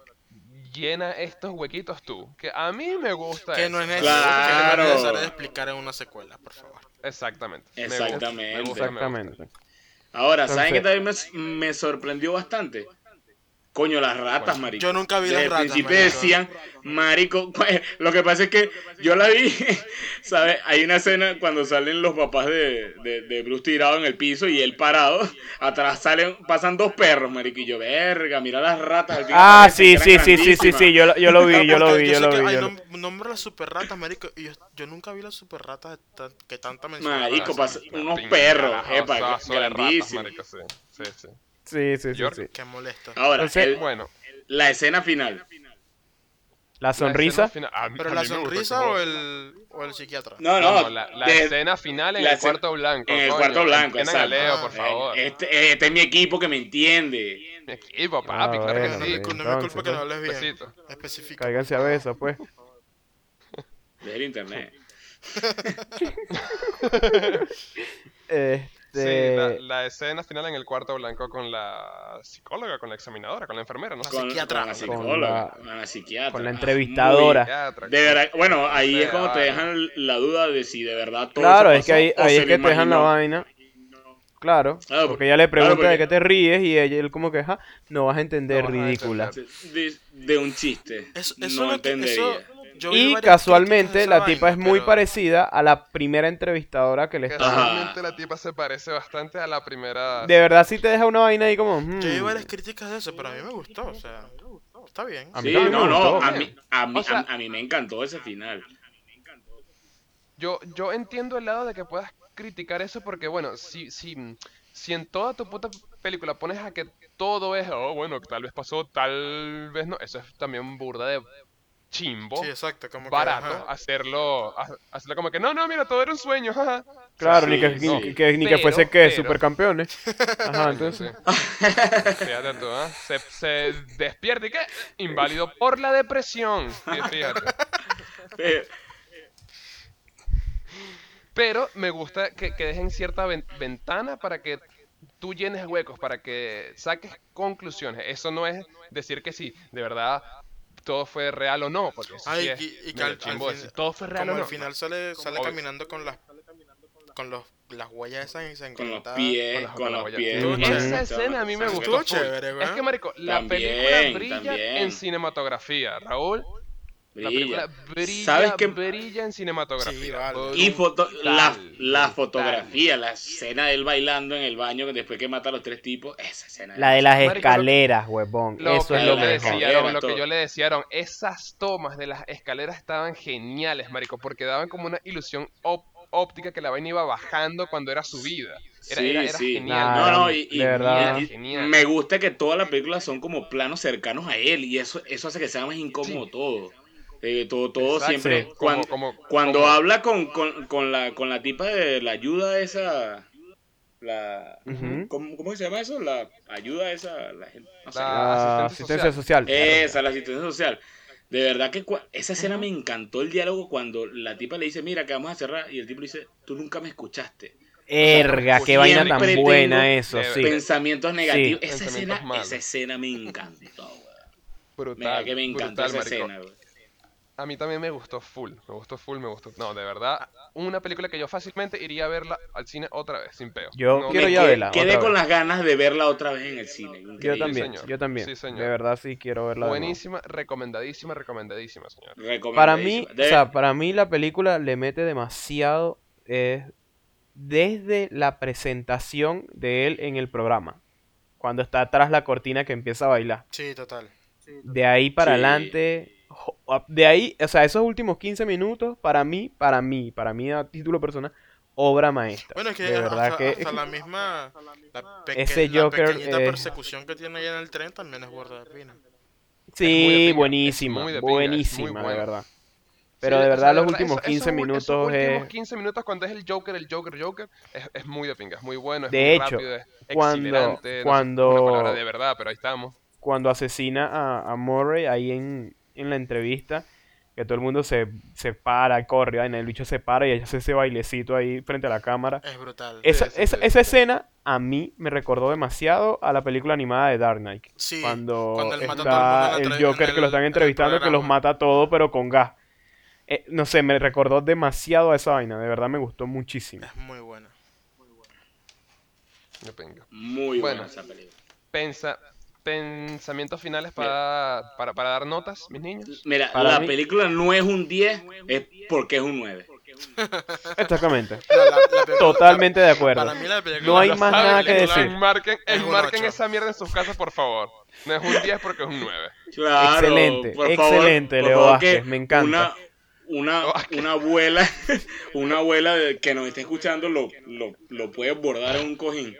llena estos huequitos tú. Que a mí me gusta
Que
eso.
no es
¿sabes?
necesario, que
Claro.
no es necesario de explicar en una secuela, por favor.
Exactamente. Me gusta,
Exactamente.
me gusta, me gusta.
Exactamente.
Ahora, ¿saben qué también me,
Entonces-
me sorprendió bastante? Coño, las ratas,
Bueno.
marico.
Yo nunca vi
Desde
las
el
ratas,
principio
marico.
decían, marico, pues, lo que pasa es que yo la vi, *laughs* ¿sabes? Hay una escena cuando salen los papás de, de, de Bruce tirado en el piso y él parado, atrás salen, pasan dos perros, marico, y yo, verga, mira las ratas. al fin
Ah,
parecen
sí,
que
sí,
eran
sí, sí, sí, sí,
grandísimas.
yo lo, yo lo vi,
Claro,
yo lo
porque
vi, yo
sé
lo
que
vi.
hay
yo lo-
nom- nombres las super ratas, marico, y yo, yo nunca vi las super ratas que tanta mención.
Marico,
hacen.
pas- unos
Pinga,
perros,
carajo,
epa,
sazo de ratas,
grandísimos.
marico, sí. Sí, sí.
Sí, sí, sí,
York.
sí.
Qué molesto.
Ahora,
Entonces-
el-
Bueno.
la escena final.
La sonrisa.
¿Pero la sonrisa o el, o el psiquiatra?
No, no,
No, la, la
de-
escena final en
la
el
escena-
cuarto blanco.
En el
coño.
cuarto blanco,
Entiendan a
exacto.
Leo,
Ah,
por
Eh,
favor.
Este, este es mi equipo que me entiende.
Mi equipo, papi,
Ah,
claro que
bueno,
no,
sí. Pues
me,
bien,
no me culpa
entonces,
que no
¿no?
hables bien.
Besito.
Especifica.
Cáiganse a besos, pues.
*laughs*
Desde el internet.
Sí, la,
Este,
la escena final en el cuarto blanco con la psicóloga, con la examinadora, con la enfermera, no sé.
Con- psiquiatra.
la
Con
psicóloga,
la-
con la psiquiatra.
con la
Ah,
entrevistadora.
Psiquiatra,
muy- de verdad, bueno, ahí
Ese,
es cuando te
vale.
dejan la duda de si de verdad todo
claro,
eso
es que ahí,
pasó o
ahí
se
es
lo
que te dejan la
imaginó.
vaina.
Ah,
Claro,
Claro,
porque
porque-
ella le pregunta
claro,
de
porque-
qué te ríes y ella- él como que, ja, no vas a entender,
No vas a
ridícula.
entender.
De, de un chiste.
Eso, eso
no
es lo que, eso,
entendería.
yo
Y
vi varias críticas de
casualmente
esa
la tipa es
vaina,
muy
pero-
parecida a la primera entrevistadora que le
Que
está.
Ajá.
realmente la tipa se parece bastante a la primera.
De verdad sí te deja una vaina ahí como. hmm.
Yo vi varias críticas de eso, pero a mí me gustó, o sea, está bien.
A mí
Sí,
también me
no, no,
gustó.
a mí, a, mí,
O sea-
a- a mí me encantó
*laughs*
ese final.
Yo, yo entiendo el lado de que puedas criticar eso porque, bueno, si, si, si en toda tu puta película pones a que todo es, oh, bueno, tal vez pasó, tal vez no, eso es también burda de chimbo,
Sí, exacto, como que,
barato,
ajá.
hacerlo, ha- hacerlo como que, no, no, mira, todo era un sueño, *laughs* jaja.
Claro, ni
Sí,
que,
sí.
ni que, ni que
Pero,
fuese que
pero.
supercampeones.
*laughs*
Ajá, *laughs* entonces.
Fíjate tú, ¿ah? se, se despierta y qué, inválido por la depresión, que fíjate.
Eh,
Pero me gusta que, que dejen cierta ven- ventana para que tú llenes huecos, para que saques conclusiones. Eso no es decir que sí, de verdad todo fue real o no, porque eso sí
Ay,
es
Ah, y- y que
medio
al- al
chimbo
fin-
decir, todo fue real
Como
o
al
no.
final sale, sale
Obvio.
caminando con las, con los, las huellas esas
con los
ensangrentadas.
pies,
Con
Eh, con
la
los
olla.
pies.
Estuvo
con-
chévere.
Esa escena a mí me
Sangre.
gustó.
Estuvo
full.
chévere,
Es
weón.
que, marico, la
También,
película brilla
también.
en cinematografía, Raúl. La
Brilla.
película brilla,
¿Sabes qué?
brilla en cinematografía.
Sí, vale.
Brutal,
Y foto- la, la
brutal.
fotografía, la escena de él bailando en el baño después que mata a los tres tipos. Esa escena.
La de las
Marico, lo-
escaleras, huevón.
Lo
Eso
que
es lo
yo le
mejor.
mejor.
decía, Aaron,
Era
lo que
todo.
yo le decía, Aaron, esas tomas de las escaleras estaban geniales, marico, porque daban como una ilusión op- óptica que la vaina iba bajando cuando era subida. Era,
Sí,
era- era
sí.
genial.
Nah,
no, no, y, y-
Ah, de verdad.
y- y-
Genial.
me gusta que todas las películas son como planos cercanos a él y eso, eso hace que sea más incómodo
Sí.
todo. Eh, todo todo
Exacto,
siempre.
como-
cuan-
como-
cuando
como-
habla con, con, con la, con la tipa de la ayuda esa. La,
Ujú.
¿cómo, cómo se llama eso? La ayuda esa. La, gente- no sé.
La-
La
Ah, asistencia
Ah, asistencia social.
Esa, la asistencia social. De verdad que cua- esa escena me encantó el diálogo cuando la tipa le dice, mira, que vamos a cerrar. Y el tipo le dice, tú nunca me escuchaste.
Erga, qué vaina tan
Siempre
buena
tengo
eso,
de-
sí.
Pensamientos negativos. Esa,
Pensamientos
escena,
malos.
esa escena me encantó, weón. Me-
Brutal,
que me encantó
brutal,
esa
marico.
escena, weón.
A mí también me gustó full, me gustó full, me gustó. No, de verdad, una película que yo fácilmente iría a verla al cine otra vez, sin peo.
Yo
No-
quiero
Me
ya
quedé-
verla,
Quedé
otra
con
vez.
las ganas de verla otra vez en el cine. increíble.
Yo también,
señor.
yo también.
Sí, señor.
De verdad sí quiero verla. de nuevo.
Buenísima, recomendadísima, recomendadísima, señor.
Para mí,
Recomendadísima.
o
De-
sea, para mí la película le mete demasiado eh, desde la presentación de él en el programa. Cuando está atrás la cortina que empieza a bailar.
Sí, total.
De ahí para
Sí.
adelante. jo- a- De ahí, o sea, esos últimos 15 minutos, para mí, para mí, para mí a título personal, obra maestra.
Bueno, es que,
de verdad
hasta,
que *laughs*
hasta la misma. La, peque-
Ese
la
Joker,
pequeñita
eh,
persecución que tiene ahí en el tren también es guarda de pina.
muy de
sí,
pinga, es
buenísima,
muy de pinga, es muy
buenísima, de
buena.
verdad. Pero de
Sí, o sea,
verdad los últimos
eso- esos
15
u-
minutos
Esos últimos
es
15 minutos cuando es el Joker, el Joker, Joker, es, es muy de pinga, es muy bueno, es
De
muy
hecho,
rápido, es
cuando-
exhilarante, no sé
cuando-
si es una palabra de verdad, pero ahí estamos.
cuando asesina a, a Murray ahí en, en la entrevista, que todo el mundo se, se para, corre, en el bicho se para y hace ese bailecito ahí frente a la cámara.
Es brutal.
Esa,
sí,
esa-
sí,
esa
sí.
escena a mí me recordó demasiado a la película animada de Dark Knight.
Sí,
cuando
cuando él mata a todo el mundo en
está
la
el,
entrev-
Joker
en
que lo
el- en
están
el
entrevistando que los
programa.
mata a todos pero con gas. Eh, no sé, me recordó demasiado a esa vaina. De verdad me gustó muchísimo.
Es
*laughs*
muy buena.
De pinga.
Muy buena
Bueno.
esa película.
Pensa, pensamientos finales para, para, para dar notas, mis niños.
Mira,
Para
la
mí-
película no es un 10, es porque es un 9.
Exactamente.
La- la- la película-
Totalmente de acuerdo.
Para mí la película
No hay
la-
más
Ah,
nada que
la-
decir.
Enmarquen,
Es un
enmarquen
ocho.
esa mierda en sus casas, por favor. No es un 10 porque es un 9.
Claro,
Excelente,
por favor,
excelente,
por
Leo
favor, que
Vázquez, me encanta.
Una, una,
Leo Vázquez.
una abuela, *laughs* una abuela de- que nos está escuchando lo, lo, lo puede bordar en un cojín.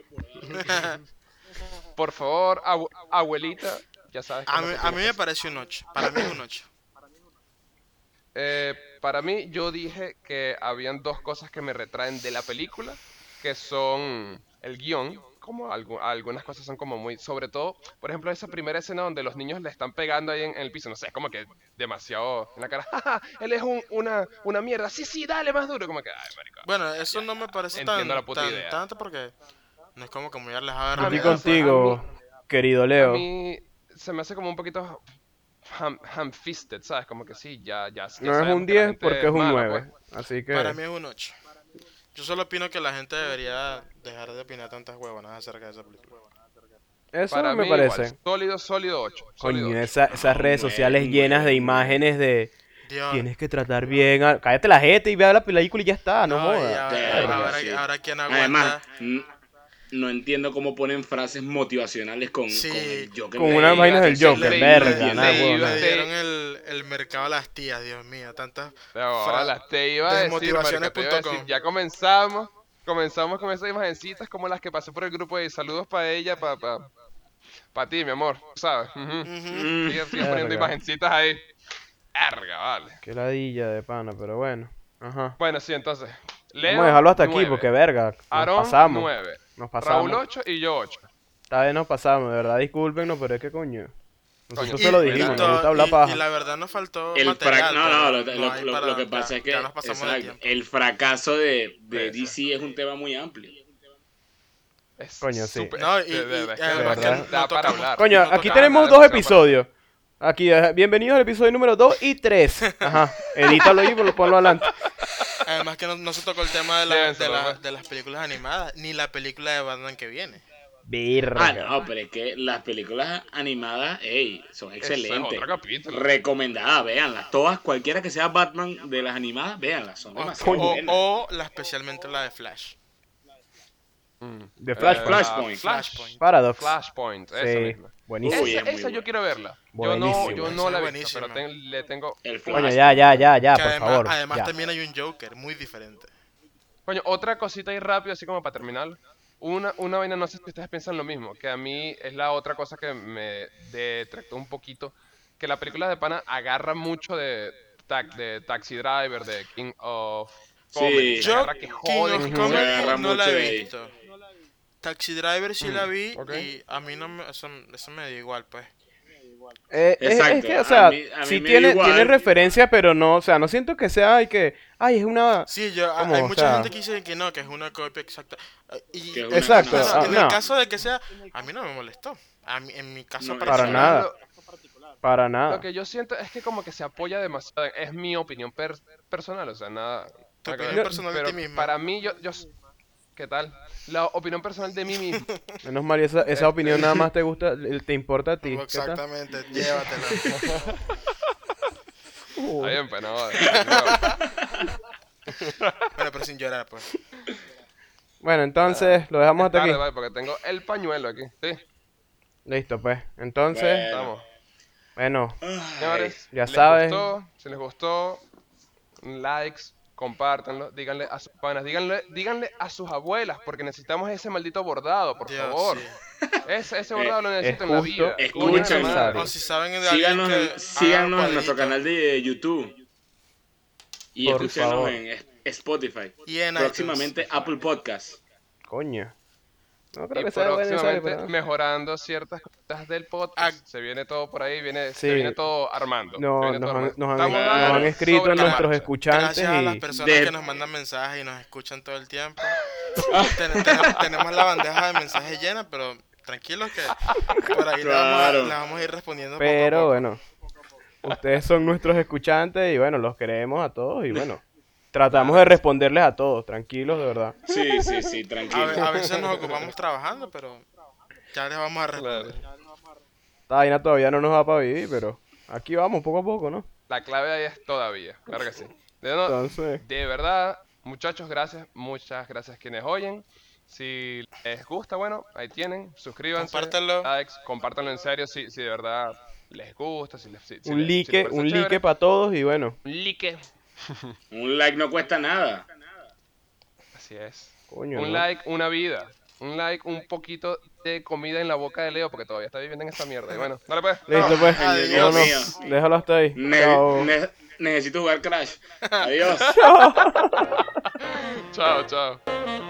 Por favor, abu- abuelita, ya sabes. que
A
no
mí,
te
a mí me
equivocas.
parece un 8. Para mí es un 8.
Eh, para mí, yo dije que habían dos cosas que me retraen de la película, que son el guión, como algu- algunas cosas son como muy, sobre todo, por ejemplo, esa primera escena donde los niños le están pegando ahí en, en el piso, no sé, es como que demasiado en la cara, *laughs* jaja, él es un- una, una mierda, sí, sí, dale más duro, como que, ay, marico.
Bueno, eso no me parece tan,
Entiendo la puta
tan-
idea.
tanto porque no es como que muy alejado de
Yo
la
estoy
mí-
realidad.
contigo, querido
A
Leo.
mí se me hace como un poquito ham- ham-fisted, ¿sabes? Como que sí, ya, ya. ya
No es
sabemos
un
que la
10
gente
porque es un
mala,
9.
pues.
Así que...
Para mí es un 8. Yo solo opino que la gente debería dejar de opinar tantas huevonadas acerca de esa película.
Eso
Para
me
mí igual,
parece.
sólido, sólido 8.
Coño, esa- esas redes
Bueno,
sociales llenas de
bueno.
imágenes de
Dios.
tienes que tratar bien. a- Cállate la gente y vea la película y ya está, no,
No, y
jodas.
ahora,
Verga,
ahora-
sí.
ahora quién aguanta.
Además, n- no entiendo cómo ponen frases motivacionales con,
Sí.
con el Joker.
Con
de-
unas vainas del
de-
Joker,
de-
verga,
de-
nada,
de-
huevón.
le
huevona.
dieron el, el mercado a las tías, Dios mío. Tantas fra-
te iba a decir, marico, te iba a
desmotivaciones.com.
decir, ya comenzamos, comenzamos con esas imagencitas como las que pasé por el grupo de saludos para ella, para pa, pa ti, mi amor, ¿sabes? Ujú.
Ujú.
Mm.
Sigue, sigue poniendo
Verga.
imagencitas ahí. Erga, vale.
Qué ladilla de pana, pero bueno. Ajá.
Bueno, sí, entonces. Leo,
Vamos a dejarlo hasta aquí
nueve.
porque verga, nos
Aarón,
pasamos.
9.
Nos
Raúl,
pasamos.
8 y yo, 8.
Esta vez nos pasamos, de verdad, discúlpenos, pero es que coño. Nosotros
Coño,
se lo
y-
dijimos,
exacto,
nos gusta hablar
y-
paja.
y la verdad nos faltó
El
material,
frac- no,
pero
no, lo, lo-
hay
lo-
para-
lo que pasa
ya-
es que
ya nos pasamos de
exacto,
tiempo.
el fracaso de, de
Eso.
DC es un tema muy amplio.
Es
Coño, sí.
súper-
No, y-
de- de-
y-
de-
y
es que
además
de
que
verdad
no
da para
tocamos-
hablar.
Coño,
No
aquí
tocaba
tenemos
nada,
dos
Ah, no tocaba
episodios. Aquí, eh, bienvenidos al episodio número 2 y 3. Ajá, edítalo ahí y ponlo adelante.
Además que no, no se tocó el tema de, la-
Llévenselo,
de la-
pues.
de las películas animadas, ni la película de Batman que viene.
Ah,
Verga.
no, pero es que las películas animadas, ey, son
Eso es
excelentes.
otro capítulo.
Recomendadas, véanlas. Todas, cualquiera que sea Batman de las animadas, véanlas. Son
O,
demasiado
o-
buenas.
o la especialmente la de Flash.
Mm.
De
Eh,
Flashpoint.
Flashpoint.
Flash-
Flashpoint.
Paradox.
Flashpoint, esa
Sí,
misma.
Buenísimo.
Uy,
esa
es muy
esa yo
buena.
quiero verla. Yo no,
Buenísima.
yo no la he
Buenísima.
visto, pero ten- le tengo...
El Flash.
Coño, ya, ya, ya, ya,
que
por
además,
favor.
además
ya.
también hay un Joker muy diferente.
Coño, otra cosita ahí rápido, así como para terminar. Una, una vaina, no sé si ustedes piensan lo mismo, que a mí es la otra cosa que me detractó un poquito, que la película de Pana agarra mucho de, tac- de Taxi Driver, de King of
Sí.
Comedy,
Yo-
Yo
agarra que
King
jode,
of
que
Comedy
jode.
agarra
no la
mucho
he
de ahí.
visto. Taxi Driver sí la vi
ok.
y a mí no me, eso, eso me da igual, pues.
Eh, es- es
Exacto,
que,
a
o sea,
mí- a mí
sí
me da
tiene,
igual.
tiene referencia, pero no, o sea, no siento que sea, ay, que, ay, es una...
Sí, yo,
¿Cómo?
hay
O
mucha
sea-
gente que dice que no, que es una copia exacta. Eh, Y
Que es
en
una
el
Exacto,
caso-
ah,
en
no.
el caso de que sea, a mí no me molestó. A mí, en mi caso
No,
Para
particular.
nada, para
Lo
ah.
nada.
que yo siento es que como que se apoya demasiado, es mi opinión per- personal, o sea, nada...
Tu
nada que
opinión
ver.
personal de
Pero
ti misma.
Para mí, yo, yo... ¿Qué tal? La opinión personal de mí
*laughs*
mismo.
Menos mal, y esa, esa opinión nada más te gusta, te importa a ti. ¿qué tal?
Exactamente, llévatelo.
Uh,
Está bien, pero
*laughs*
no, no.
bueno, pero sin llorar, pues.
Bueno, entonces, lo dejamos hasta aquí.
Tarde, vale, porque tengo el pañuelo aquí. Sí,
Listo, pues. Entonces,
estamos.
bueno,
Ay,
Señores,
Ya
les
saben.
Gustó, si les gustó, likes, compártanlo, díganle a sus panas, díganle, díganle a sus abuelas, porque necesitamos ese maldito bordado, por
Dios,
favor.
sí.
Ese, ese bordado lo
es
necesito en la
justo
vida.
y
Coño de
Escuchen.
madre.
O si saben de alguien
síganos
que
en,
haga
síganos en nuestro
cuadritos.
canal de YouTube. Y
Por
escúchenos
favor.
en es- Spotify.
Y en
Próximamente Apple Podcast.
coño. No creo
Y
que sea bueno esa
próximamente mejorando ciertas cosas del
Ah.
podcast. Se viene todo por ahí, viene, se
Sí.
viene todo armando. se
No,
viene
nos
todo
han,
armando.
nos han- nos
Estamos dando
han escrito
sobre la
nuestros
marcha.
escuchantes
Gracias a las
y
personas
De-
que nos mandan mensajes y nos escuchan todo el
*laughs*
tiempo. Ten- ten- tenemos la bandeja de mensajes llena, pero tranquilos que por ahí la vamos a-
Claro.
la vamos a ir respondiendo. poco a
Pero
poco.
bueno, ustedes son nuestros escuchantes y bueno, los queremos a todos y bueno, tratamos de responderles a todos, tranquilos, de verdad.
Sí, sí, sí,
A, ve- a
tranquilo.
veces nos ocupamos trabajando, pero ya les vamos a responder.
Claro.
Esta vaina todavía no nos va para vivir, pero aquí vamos poco a poco, ¿no?
La clave ahí es todavía, claro que sí. De, no-
Entonces,
de verdad, muchachos, gracias, muchas gracias quienes oyen. Si les gusta, bueno, ahí tienen, suscríbanse,
Compártanlo.
likes, compártanlo en serio si, si de verdad les gusta, si les si- si
un
les- si les
like,
parece
un
chévere.
like para todos y bueno,
un like.
Un like no cuesta nada.
Así es.
coño.
un
¿no?
like, una vida. Un like, un poquito de comida en la boca de Leo porque todavía está viviendo en esa mierda. Y bueno, dale pues.
Listo pues,
Ay,
Dios
vámonos, déjalo hasta ahí.
Ne-
Chao.
ne-
*laughs*
necesito jugar Crash. Adiós.
Chao, chao.